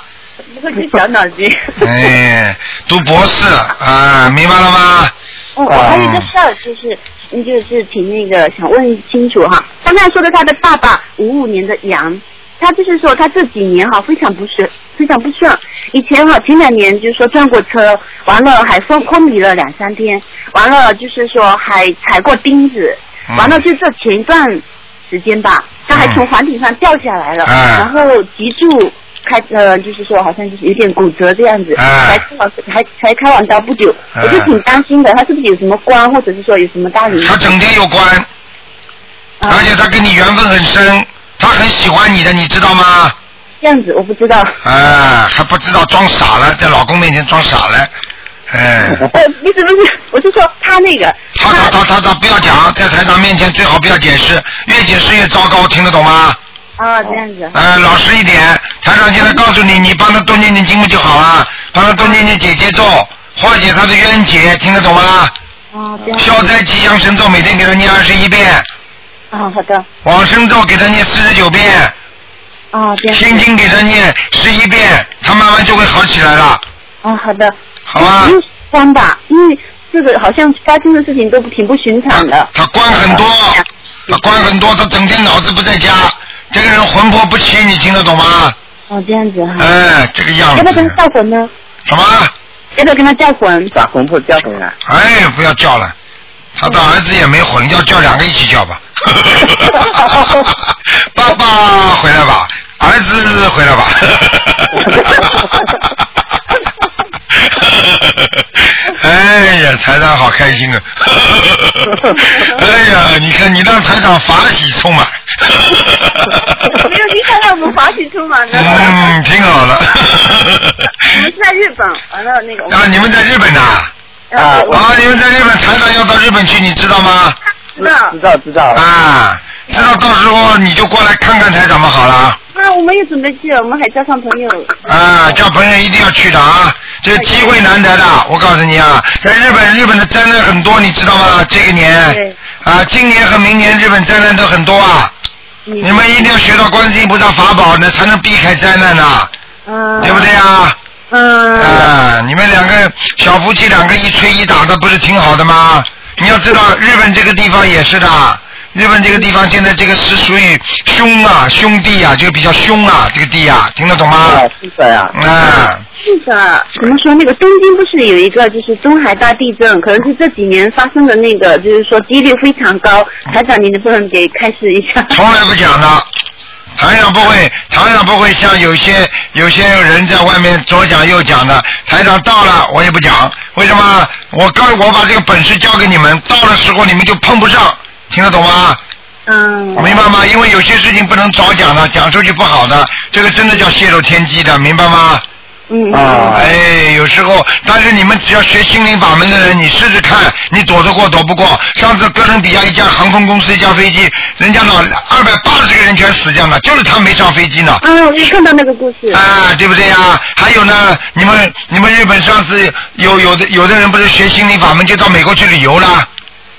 [SPEAKER 1] 不会是小脑筋。
[SPEAKER 5] 哎，读博士 啊，明白了吗？
[SPEAKER 1] 哦，我还有一个事儿，就是，嗯就是挺那个，想问清楚哈。刚才说的他的爸爸，五五年的羊，他就是说他这几年哈非常不顺，非常不顺。以前哈前两年就是说撞过车，完了还昏昏迷了两三天，完了就是说还踩过钉子，
[SPEAKER 5] 嗯
[SPEAKER 1] 完了就这前一段时间吧，他还
[SPEAKER 5] 嗯
[SPEAKER 1] 从房顶上掉下来了，
[SPEAKER 5] 哎
[SPEAKER 1] 然后脊柱。开呃，就是说好像就是有点骨折这样子，才
[SPEAKER 5] 哎
[SPEAKER 1] 开完还才开完刀不久，
[SPEAKER 5] 哎
[SPEAKER 1] 我就挺担心的，他是不是有什么关，或者是说有什么大原因？
[SPEAKER 5] 嗯他整天有关，
[SPEAKER 1] 啊
[SPEAKER 5] 而且他跟你缘分很深，他很喜欢你的，你知道吗？
[SPEAKER 1] 这样子我不知道。
[SPEAKER 5] 啊，还不知道装傻了，在老公面前装傻了，哎，
[SPEAKER 1] 呃，不是不是，我是说他那个，
[SPEAKER 5] 他他他他他不要讲，在台长面前最好不要解释，越解释越糟糕，听得懂吗？
[SPEAKER 1] 啊，这样子，
[SPEAKER 5] 呃，老实一点，台长现在告诉你，你帮他多念念经文就 好了，帮啊他多念念姐姐咒，化解他的冤结，听得懂吗？
[SPEAKER 1] 啊，这样
[SPEAKER 5] 消灾吉祥神咒每天给他念二十一遍，
[SPEAKER 1] 啊，好的，
[SPEAKER 5] 往生咒给他念四十九遍，嗯
[SPEAKER 1] 啊，这样，
[SPEAKER 5] 心经给他念十一遍，他慢慢就会好起来了，
[SPEAKER 1] 啊，好的，
[SPEAKER 5] 好吧？
[SPEAKER 1] 又关吧，因为这个好像发生的事情都挺不寻常的。
[SPEAKER 5] 他关很多，他关很多，他整天脑子不在家，这个人魂魄不齐，你听得懂吗？
[SPEAKER 1] 哦，这样子哈，
[SPEAKER 5] 哎，这个样
[SPEAKER 1] 要不要跟
[SPEAKER 5] 子
[SPEAKER 1] 他。叫魂呢？
[SPEAKER 5] 什么？
[SPEAKER 1] 要不要跟他叫魂？
[SPEAKER 5] 嗯
[SPEAKER 3] 把魂魄叫回来。
[SPEAKER 5] 哎，不要叫了，他的儿子也没混，要叫两个一起叫 吧。爸爸回来吧，儿子回来吧。哎呀，台长好开心啊！哎呀，你看你让台长法喜充满。
[SPEAKER 1] 没有，你想让我们华喜出门 呢？
[SPEAKER 5] 嗯，挺好了。
[SPEAKER 1] 我们是在日本，完了那个，
[SPEAKER 5] 啊，你们在日本呐、
[SPEAKER 3] 啊，我
[SPEAKER 5] 啊，你们在日本，台长要到日本去，你知道吗？
[SPEAKER 1] 知道
[SPEAKER 3] 知，道知道。
[SPEAKER 5] 啊，知道到时候你就过来看看台长们好了。
[SPEAKER 1] 啊，我们也准备去，我们还叫上朋友。
[SPEAKER 5] 啊，叫朋友一定要去的啊，这个机会难得的，我告诉你啊，在日本日本的灾难很多，你知道吗？这个年
[SPEAKER 1] 对，
[SPEAKER 5] 啊，今年和明年日本灾难都很多啊，
[SPEAKER 1] 你
[SPEAKER 5] 你们一定要学到观世音菩萨法宝，那才能避开灾难呐、啊
[SPEAKER 1] 嗯，
[SPEAKER 5] 对不对？啊？
[SPEAKER 1] 嗯，
[SPEAKER 5] 啊，你们两个小夫妻两个一吹一打的，不是挺好的吗？你要知道，日本这个地方也是的，日本这个地方现在这个是属于兄啊兄弟啊，就比较凶啊，这个地啊，听得懂吗
[SPEAKER 3] 啊？，是的呀。
[SPEAKER 5] 啊，
[SPEAKER 1] 是的，怎么说那个东京不是有一个就是东海大地震，可能是这几年发生的那个，就是说几率非常高。台长，你能不能给开示一下？
[SPEAKER 5] 从来不讲的，常常不会，常常不会像有些有些人在外面左讲右讲的，台长到了我也不讲，为什么？我告我把这个本事交给你们，到的时候你们就碰不上，听得懂吗？
[SPEAKER 1] 嗯，
[SPEAKER 5] 明白吗？因为有些事情不能早讲的，讲出去不好的，这个真的叫泄露天机的，明白吗？
[SPEAKER 1] 嗯，
[SPEAKER 3] 啊
[SPEAKER 5] 哎，有时候，但是你们只要学心灵法门的人，你试试看，你躲得过躲不过。上次哥伦比亚一架航空公司一架飞机，人家老二百八十个人全死掉了，就是他没上飞机呢。
[SPEAKER 1] 嗯，我也看到那个故事。
[SPEAKER 5] 啊，对不对呀？还有呢，你们你们日本上次有有的有的人不是学心灵法门就到美国去旅游了，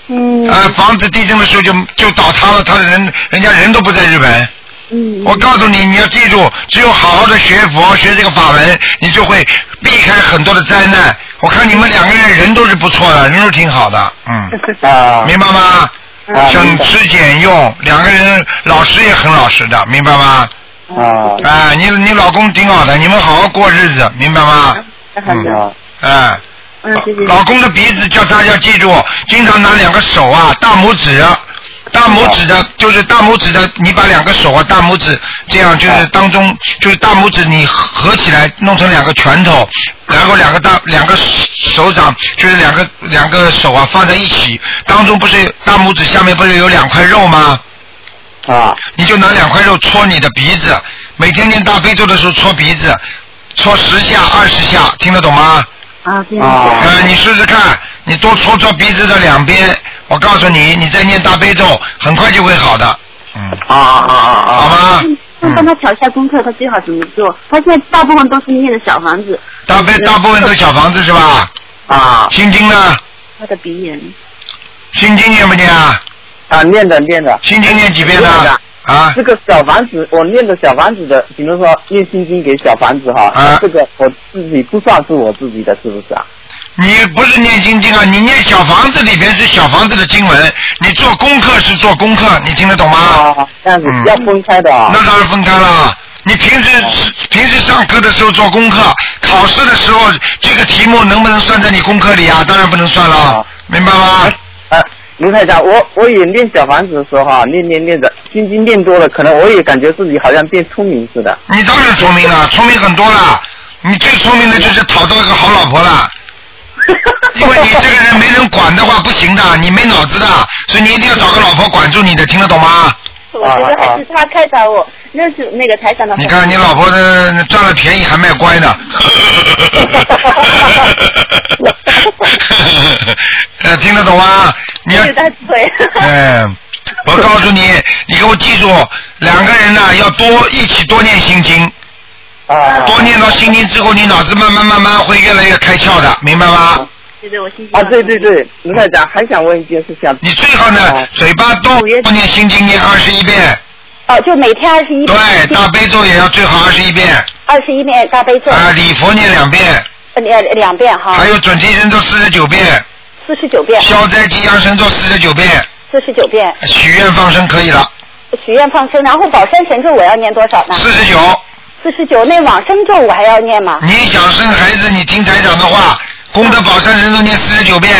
[SPEAKER 1] 嗯
[SPEAKER 5] 啊，房子地震的时候就就倒塌了，他的人人家人都不在日本。
[SPEAKER 1] 嗯，
[SPEAKER 5] 我告诉你，你要记住，只有好好的学佛、学这个法门，你就会避开很多的灾难。我看你们两个人人都是不错的，人都挺好的， 嗯，
[SPEAKER 3] 啊，
[SPEAKER 5] 明白吗？
[SPEAKER 3] 啊明
[SPEAKER 5] 省
[SPEAKER 3] 白
[SPEAKER 5] 吃俭用，两个人老实也很老实的，明白吗？
[SPEAKER 3] 啊
[SPEAKER 5] 啊，你你老公挺好的，你们好好过日子，明白吗？
[SPEAKER 1] 嗯好的，
[SPEAKER 3] 啊
[SPEAKER 5] 啊，
[SPEAKER 1] 嗯，谢谢。
[SPEAKER 5] 老公的鼻子叫大家记住，经常拿两个手啊，大拇指，大拇指的，就是大拇指的，你把两个手啊，大拇指这样就是当中，就是大拇指你合合起来弄成两个拳头，然后两个大两个手掌就是两个两个手啊放在一起，当中不是大拇指下面不是有两块肉吗？
[SPEAKER 3] 啊
[SPEAKER 5] 你就拿两块肉戳你的鼻子，每天念大悲咒的时候戳鼻子，戳十下二十下，听得懂吗？
[SPEAKER 1] 啊，这样子。
[SPEAKER 3] 啊
[SPEAKER 5] 呃，你试试看，你多搓搓鼻子的两边，我告诉你，你再念大悲咒，很快就会好的。嗯，
[SPEAKER 3] 啊啊
[SPEAKER 5] 好
[SPEAKER 3] 啊！
[SPEAKER 5] 吗？
[SPEAKER 1] 那嗯帮他调一下功课，他最好怎么做？他现在大部分都是念的小房子，
[SPEAKER 5] 大悲大部分都小房子是吧？
[SPEAKER 3] 啊
[SPEAKER 5] 心经呢？
[SPEAKER 1] 他的鼻炎。
[SPEAKER 5] 心经念不念啊？
[SPEAKER 3] 啊，念的念的。
[SPEAKER 5] 心经念几遍呢？啊
[SPEAKER 3] 这个小房子，我念的小房子的，比如说念心经给小房子哈，
[SPEAKER 5] 啊
[SPEAKER 3] 这个我自己不算是我自己的，是不是啊？
[SPEAKER 5] 你不是念心经啊，你念小房子里边是小房子的经文，你做功课是做功课，你听得懂吗？
[SPEAKER 3] 啊，这样子要分开的啊。
[SPEAKER 5] 嗯那当然分开了。你平时平时上课的时候做功课，考试的时候这个题目能不能算在你功课里啊？当然不能算了
[SPEAKER 3] 啊，
[SPEAKER 5] 明白吗？
[SPEAKER 3] 呃，卢台长，我我也念小房子的时候哈、念念念着，心经念多了，可能我也感觉自己好像变聪明似的。
[SPEAKER 5] 你当然聪明了，聪明很多了。你最聪明的就是讨到一个好老婆了，因为你这个人没人管的话不行的，你没脑子的，所以你一定要找个老婆管住你的，听得懂吗？
[SPEAKER 4] 我觉得还是他开导我，那是那个台 长的话。
[SPEAKER 5] 你看你老婆的占了便宜还卖乖呢。呃，听得懂吗？你要
[SPEAKER 4] 对他腿。
[SPEAKER 5] 嗯，我告诉你，你给我记住，两个人呢、要多一起多念心经，
[SPEAKER 3] 啊
[SPEAKER 5] 多念到心经之后，你脑子慢慢慢慢会越来越开窍的，明白吗？
[SPEAKER 4] 对对，我信心。
[SPEAKER 3] 啊，对对对，卢台长还想问一件事情啊。
[SPEAKER 5] 你最好呢
[SPEAKER 3] 啊，
[SPEAKER 5] 嘴巴多多念心经，念二十一遍，
[SPEAKER 4] 哦，就每天二十一遍，
[SPEAKER 5] 对，大悲咒也要最好二十一遍，
[SPEAKER 4] 二十一遍大悲咒，
[SPEAKER 5] 啊，礼佛念两遍，
[SPEAKER 4] 呃两两遍哈
[SPEAKER 5] 还，有准提神咒四十九遍，
[SPEAKER 4] 四十九遍，
[SPEAKER 5] 消灾吉祥神咒四十九遍，
[SPEAKER 4] 四十九遍，
[SPEAKER 5] 许愿放生可以了，
[SPEAKER 4] 许愿放生，然后宝山神咒我要念多少呢？
[SPEAKER 5] 四十九。
[SPEAKER 4] 四十九，那往生咒我还要念吗
[SPEAKER 5] 你想生孩子，你听台长的话，功德宝山神咒念四十九遍。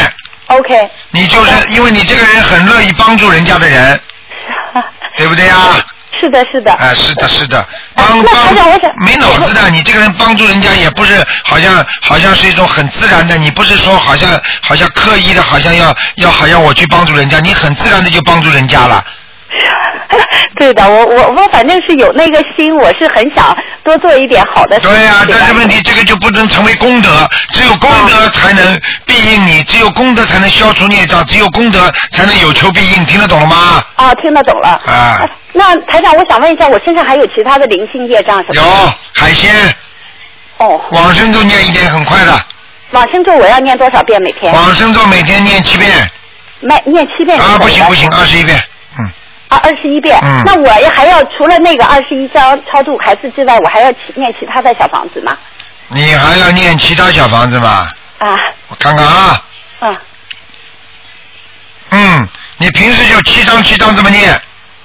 [SPEAKER 4] ？OK，
[SPEAKER 5] 你就是
[SPEAKER 4] 嗯
[SPEAKER 5] 因为你这个人很乐意帮助人家的人，对不对呀？
[SPEAKER 4] 是的，是的，
[SPEAKER 5] 啊，是的，是的，帮
[SPEAKER 4] 嗯哎
[SPEAKER 5] 嗯
[SPEAKER 4] 那台长我
[SPEAKER 5] 帮
[SPEAKER 4] 想
[SPEAKER 5] 没脑子的，你这个人帮助人家也不是好像好像是一种很自然的，你不是说好像好像刻意的，好像要要好像我去帮助人家，你很自然的就帮助人家了。
[SPEAKER 4] 对的，我我我反正是有那个心，我是很想多做一点好的嗯事情。
[SPEAKER 5] 对呀、但是问
[SPEAKER 4] 题
[SPEAKER 5] 题这个就不能成为功德，只有功德才能庇应你，只有功德才能消除孽障，只有功德才能有求必应，听得懂了吗？
[SPEAKER 4] 啊，听得懂了。
[SPEAKER 5] 啊，
[SPEAKER 4] 那台长，我想问一下，我身上还有其他的灵性业障什么？
[SPEAKER 5] 有海鲜。
[SPEAKER 4] 哦，
[SPEAKER 5] 往生咒念一遍很快的，
[SPEAKER 4] 往生咒我要念多少遍每天？
[SPEAKER 5] 往生咒每天念七遍
[SPEAKER 4] 每念七遍
[SPEAKER 5] 啊，
[SPEAKER 4] 是
[SPEAKER 5] 不
[SPEAKER 4] 够
[SPEAKER 5] 行
[SPEAKER 4] 的
[SPEAKER 5] 不行，二十一遍，嗯，
[SPEAKER 4] 啊，二十一遍。
[SPEAKER 5] 嗯
[SPEAKER 4] 那我也还要除了那个二十一章超度孩子之外，我还要其念其他的小房子吗？
[SPEAKER 5] 你还要念其他小房子吧？
[SPEAKER 4] 啊，
[SPEAKER 5] 我看看啊，
[SPEAKER 4] 嗯，
[SPEAKER 5] 嗯，你平时就七张七张这么念，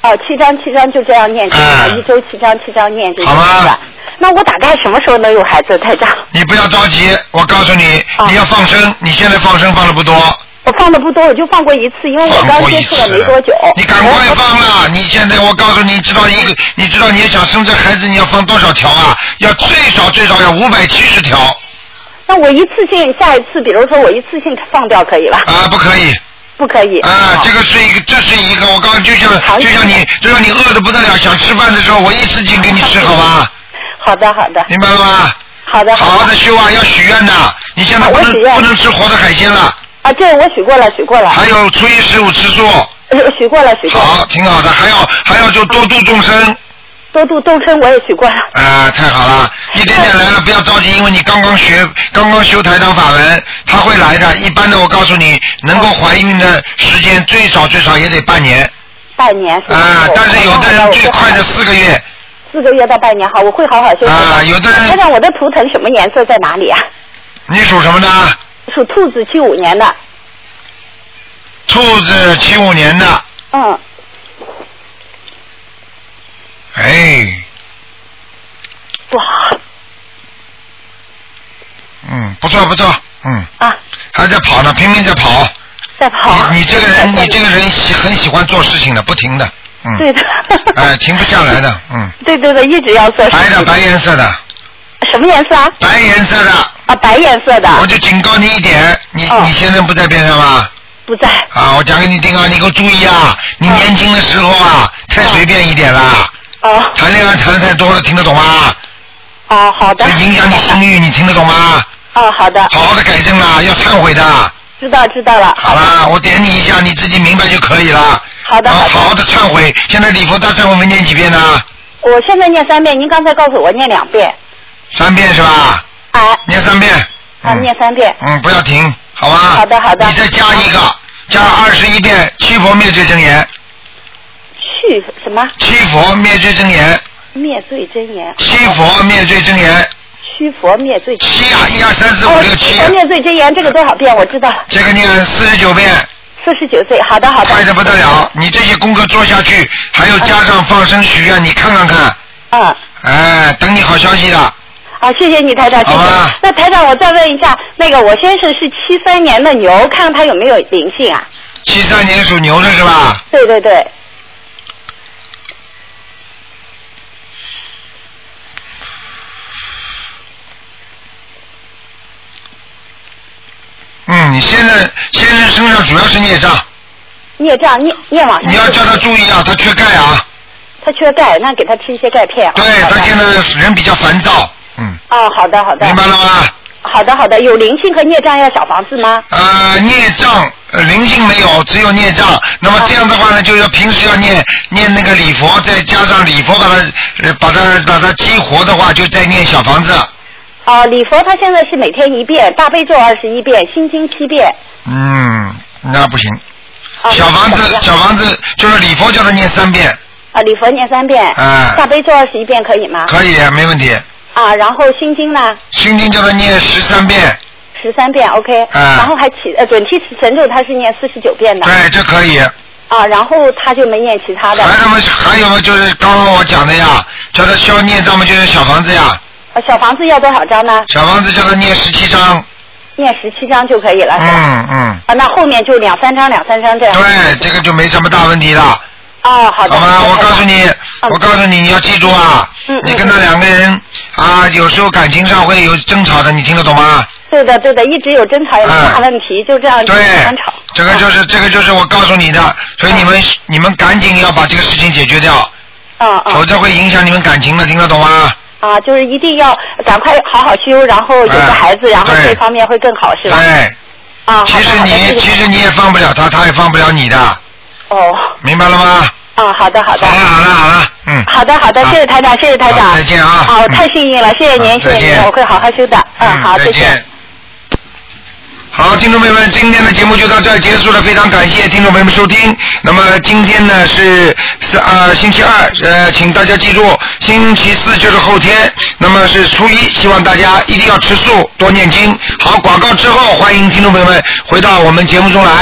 [SPEAKER 4] 哦，七章七章就这样念，
[SPEAKER 5] 哎
[SPEAKER 4] 一周七章七章念这个
[SPEAKER 5] 好吗
[SPEAKER 4] 是吧？那我大概什么时候能有孩子，台长？
[SPEAKER 5] 你不要着急，我告诉你，
[SPEAKER 4] 啊
[SPEAKER 5] 你要放生，你现在放生放的不多，
[SPEAKER 4] 我放的不多，我就放过一次，因为我
[SPEAKER 5] 放
[SPEAKER 4] 刚
[SPEAKER 5] 过
[SPEAKER 4] 接
[SPEAKER 5] 一
[SPEAKER 4] 触
[SPEAKER 5] 次
[SPEAKER 4] 了没多久。
[SPEAKER 5] 你赶快放了，你现在我告诉你，知道一个，你知道你想生这孩子，你要放多少条啊？要最少最少要五百七十条
[SPEAKER 4] 那我一次性，下一次，比如说我一次性放掉可以吧？
[SPEAKER 5] 啊，不可以。
[SPEAKER 4] 不可以。
[SPEAKER 5] 啊
[SPEAKER 4] 哦，
[SPEAKER 5] 这个是一个，这是一个，我告诉你，就像
[SPEAKER 4] 好
[SPEAKER 5] 就像你，就像你饿的不得了，想吃饭的时候，我一次性给你吃，好吧？
[SPEAKER 4] 好的，好的，
[SPEAKER 5] 明白了吗？
[SPEAKER 4] 好的，
[SPEAKER 5] 好好的修啊，要许愿的。你现在
[SPEAKER 4] 好
[SPEAKER 5] 不
[SPEAKER 4] 我
[SPEAKER 5] 能
[SPEAKER 4] 许愿
[SPEAKER 5] 不能吃活的海鲜了，
[SPEAKER 4] 啊，这我许过了，许过了，
[SPEAKER 5] 还有初一十五吃素，
[SPEAKER 4] 呃许过了，许过了，
[SPEAKER 5] 好，挺好的。还要还要就多度众生，
[SPEAKER 4] 多度众生我也许过了。
[SPEAKER 5] 啊，太好了，一点点来了，不要着急，因为你刚刚学，刚刚修台长法门，他会来的。一般的，我告诉你，能够怀孕的时间最少最少也得半年
[SPEAKER 4] 半年是吧
[SPEAKER 5] 啊
[SPEAKER 4] 我，
[SPEAKER 5] 但是有的
[SPEAKER 4] 我
[SPEAKER 5] 人
[SPEAKER 4] 会
[SPEAKER 5] 最
[SPEAKER 4] 好好
[SPEAKER 5] 快的四个月。
[SPEAKER 4] 四个月到半年，好，我会好好修。
[SPEAKER 5] 啊有的人
[SPEAKER 4] 台长，我的图腾什么颜色在哪里啊？
[SPEAKER 5] 你属什么的？
[SPEAKER 4] 属兔子，七五年的。
[SPEAKER 5] 兔子七五年的，
[SPEAKER 4] 嗯，
[SPEAKER 5] 哎，
[SPEAKER 4] 不好
[SPEAKER 5] 嗯，不错不错，嗯，
[SPEAKER 4] 啊，
[SPEAKER 5] 还在跑呢，拼命在跑。
[SPEAKER 4] 在跑。
[SPEAKER 5] 啊
[SPEAKER 4] 啊
[SPEAKER 5] 你你这个
[SPEAKER 4] 在
[SPEAKER 5] 人，
[SPEAKER 4] 这
[SPEAKER 5] 你
[SPEAKER 4] 里
[SPEAKER 5] 这个人喜很喜欢做事情的，不停的，嗯，
[SPEAKER 4] 对的。
[SPEAKER 5] 哎，停不下来的，嗯，
[SPEAKER 4] 对对对，一直要做。
[SPEAKER 5] 白的白颜色的，
[SPEAKER 4] 什么颜色啊？
[SPEAKER 5] 白颜色的，
[SPEAKER 4] 啊，白颜色的。
[SPEAKER 5] 我就警告你一点，你、
[SPEAKER 4] 哦
[SPEAKER 5] 你先生不在边上吗？
[SPEAKER 4] 不在。
[SPEAKER 5] 啊，我讲给你听啊，你给我注意啊，你
[SPEAKER 4] 嗯
[SPEAKER 5] 年轻的时候啊，太随便一点啦，
[SPEAKER 4] 哦
[SPEAKER 5] 谈恋爱谈的太多了，听得懂吗？
[SPEAKER 4] 哦，好的
[SPEAKER 5] 这。影响你生育，你听得懂吗？
[SPEAKER 4] 哦，好的，
[SPEAKER 5] 好好的改正啦，要忏悔的。
[SPEAKER 4] 知道知道了。
[SPEAKER 5] 好啦，我点你一下，你自己明白就可以了。
[SPEAKER 4] 好的
[SPEAKER 5] 然后
[SPEAKER 4] 好的
[SPEAKER 5] 好好的忏悔。现在礼佛大忏悔文念几遍呢？
[SPEAKER 4] 我现在念三遍，您刚才告诉我念两遍，
[SPEAKER 5] 三遍是吧？
[SPEAKER 4] 啊
[SPEAKER 5] 念三遍。
[SPEAKER 4] 啊，
[SPEAKER 5] 嗯
[SPEAKER 4] 念三遍，
[SPEAKER 5] 嗯，不要停，好吧？
[SPEAKER 4] 好的好的
[SPEAKER 5] 啊你再加一个，加二十一遍七佛灭罪真言，
[SPEAKER 4] 去什么
[SPEAKER 5] 七佛灭罪真言，
[SPEAKER 4] 灭罪真言，
[SPEAKER 5] 七佛灭罪真言，
[SPEAKER 4] 驱佛灭罪。
[SPEAKER 5] 七啊，一二三四五六七
[SPEAKER 4] 哦
[SPEAKER 5] 啊
[SPEAKER 4] 佛灭罪真言这个多少遍？我知道。
[SPEAKER 5] 这个念四十九遍，
[SPEAKER 4] 四十九岁，好的好的。
[SPEAKER 5] 快的不得了！你这些功课做下去，还有加上放生许愿，你看看看，
[SPEAKER 4] 嗯。
[SPEAKER 5] 哎，等你好消息的。
[SPEAKER 4] 啊，谢谢你台长，谢谢。那台长，我再问一下，那个我先生是七三年的牛，看看他有没有灵性啊？
[SPEAKER 5] 七三年属牛的是吧？
[SPEAKER 4] 对对对，
[SPEAKER 5] 嗯，你现在先生身上主要是孽障，
[SPEAKER 4] 孽障孽孽往上。
[SPEAKER 5] 你要叫他注意啊，他缺钙啊，
[SPEAKER 4] 他缺钙，那给他吃一些钙片。
[SPEAKER 5] 对他现在人比较烦躁，
[SPEAKER 4] 哦，好的好的。
[SPEAKER 5] 明白了吗？
[SPEAKER 4] 好的好的，有灵性和孽障要小房子吗？
[SPEAKER 5] 呃，孽障呃灵性没有，只有孽障。那么这样的话呢，就要平时要念念那个礼佛，再加上礼佛把它呃把它把它激活的话，就再念小房子。
[SPEAKER 4] 啊、礼佛他现在是每天一遍，大悲咒二十一遍，心经七遍。
[SPEAKER 5] 嗯，哦那不行。小房子，小房子就是礼佛叫他念三遍，
[SPEAKER 4] 啊，礼佛念三遍，
[SPEAKER 5] 哎
[SPEAKER 4] 大悲咒二十一遍可以吗？
[SPEAKER 5] 可以没问题。
[SPEAKER 4] 啊，然后心经呢？
[SPEAKER 5] 心经叫他念十三遍，
[SPEAKER 4] 十三遍，OK。
[SPEAKER 5] 啊
[SPEAKER 4] 然后还起呃准提神咒，他是念四十九遍的。
[SPEAKER 5] 对，这可以。
[SPEAKER 4] 啊，然后他就没念其他的。
[SPEAKER 5] 还那么还有就是刚刚我讲的呀，叫他消孽障嘛，就是小房子呀，
[SPEAKER 4] 啊小房子要多少张呢？
[SPEAKER 5] 小房子叫他念十七章。
[SPEAKER 4] 念十七张就可以了。是吧
[SPEAKER 5] 嗯嗯，
[SPEAKER 4] 啊，那后面就两三张，两三张这样。
[SPEAKER 5] 对，这个就没什么大问题了。
[SPEAKER 4] 哦，好的。
[SPEAKER 5] 好吧，我告诉你，
[SPEAKER 4] 嗯
[SPEAKER 5] 我告诉你，你要记住啊，你跟他两个人啊，有时候感情上会有争吵的，你听得懂吗？
[SPEAKER 4] 对的，对的，一直有争吵，有大问题，就这样
[SPEAKER 5] 哎对
[SPEAKER 4] 争吵。
[SPEAKER 5] 这个
[SPEAKER 4] 哦
[SPEAKER 5] 就是这个就是我告诉你的，所以你们你们赶紧要把这个事情解决掉，
[SPEAKER 4] 嗯嗯。
[SPEAKER 5] 否则会影响你们感情的，听得懂吗？
[SPEAKER 4] 啊，就是一定要赶快好好修，然后有
[SPEAKER 5] 哎
[SPEAKER 4] 个孩子，然后这方面会更好，是吧？
[SPEAKER 5] 对。
[SPEAKER 4] 啊，
[SPEAKER 5] 哎其实
[SPEAKER 4] 好的
[SPEAKER 5] 你其实你也放不了他，他也放不了你的，
[SPEAKER 4] 哦，
[SPEAKER 5] 明白了吗？
[SPEAKER 4] 啊，好的，好的。
[SPEAKER 5] 好了，好了，嗯。
[SPEAKER 4] 好的，好的，谢谢台长，谢谢台长。
[SPEAKER 5] 好再见啊
[SPEAKER 4] 啊，我太幸运了，谢谢您，
[SPEAKER 5] 嗯
[SPEAKER 4] 谢
[SPEAKER 5] 再
[SPEAKER 4] 谢
[SPEAKER 5] 见
[SPEAKER 4] 您，我会好好修的。嗯，好，
[SPEAKER 5] 啊再见。好，听众朋友们，今天的节目就到这儿结束了，非常感谢听众朋友们收听。那么今天呢是是啊、星期二，呃，请大家记住，星期四就是后天，那么是初一，希望大家一定要吃素，多念经。好，广告之后，欢迎听众朋友们回到我们节目中来。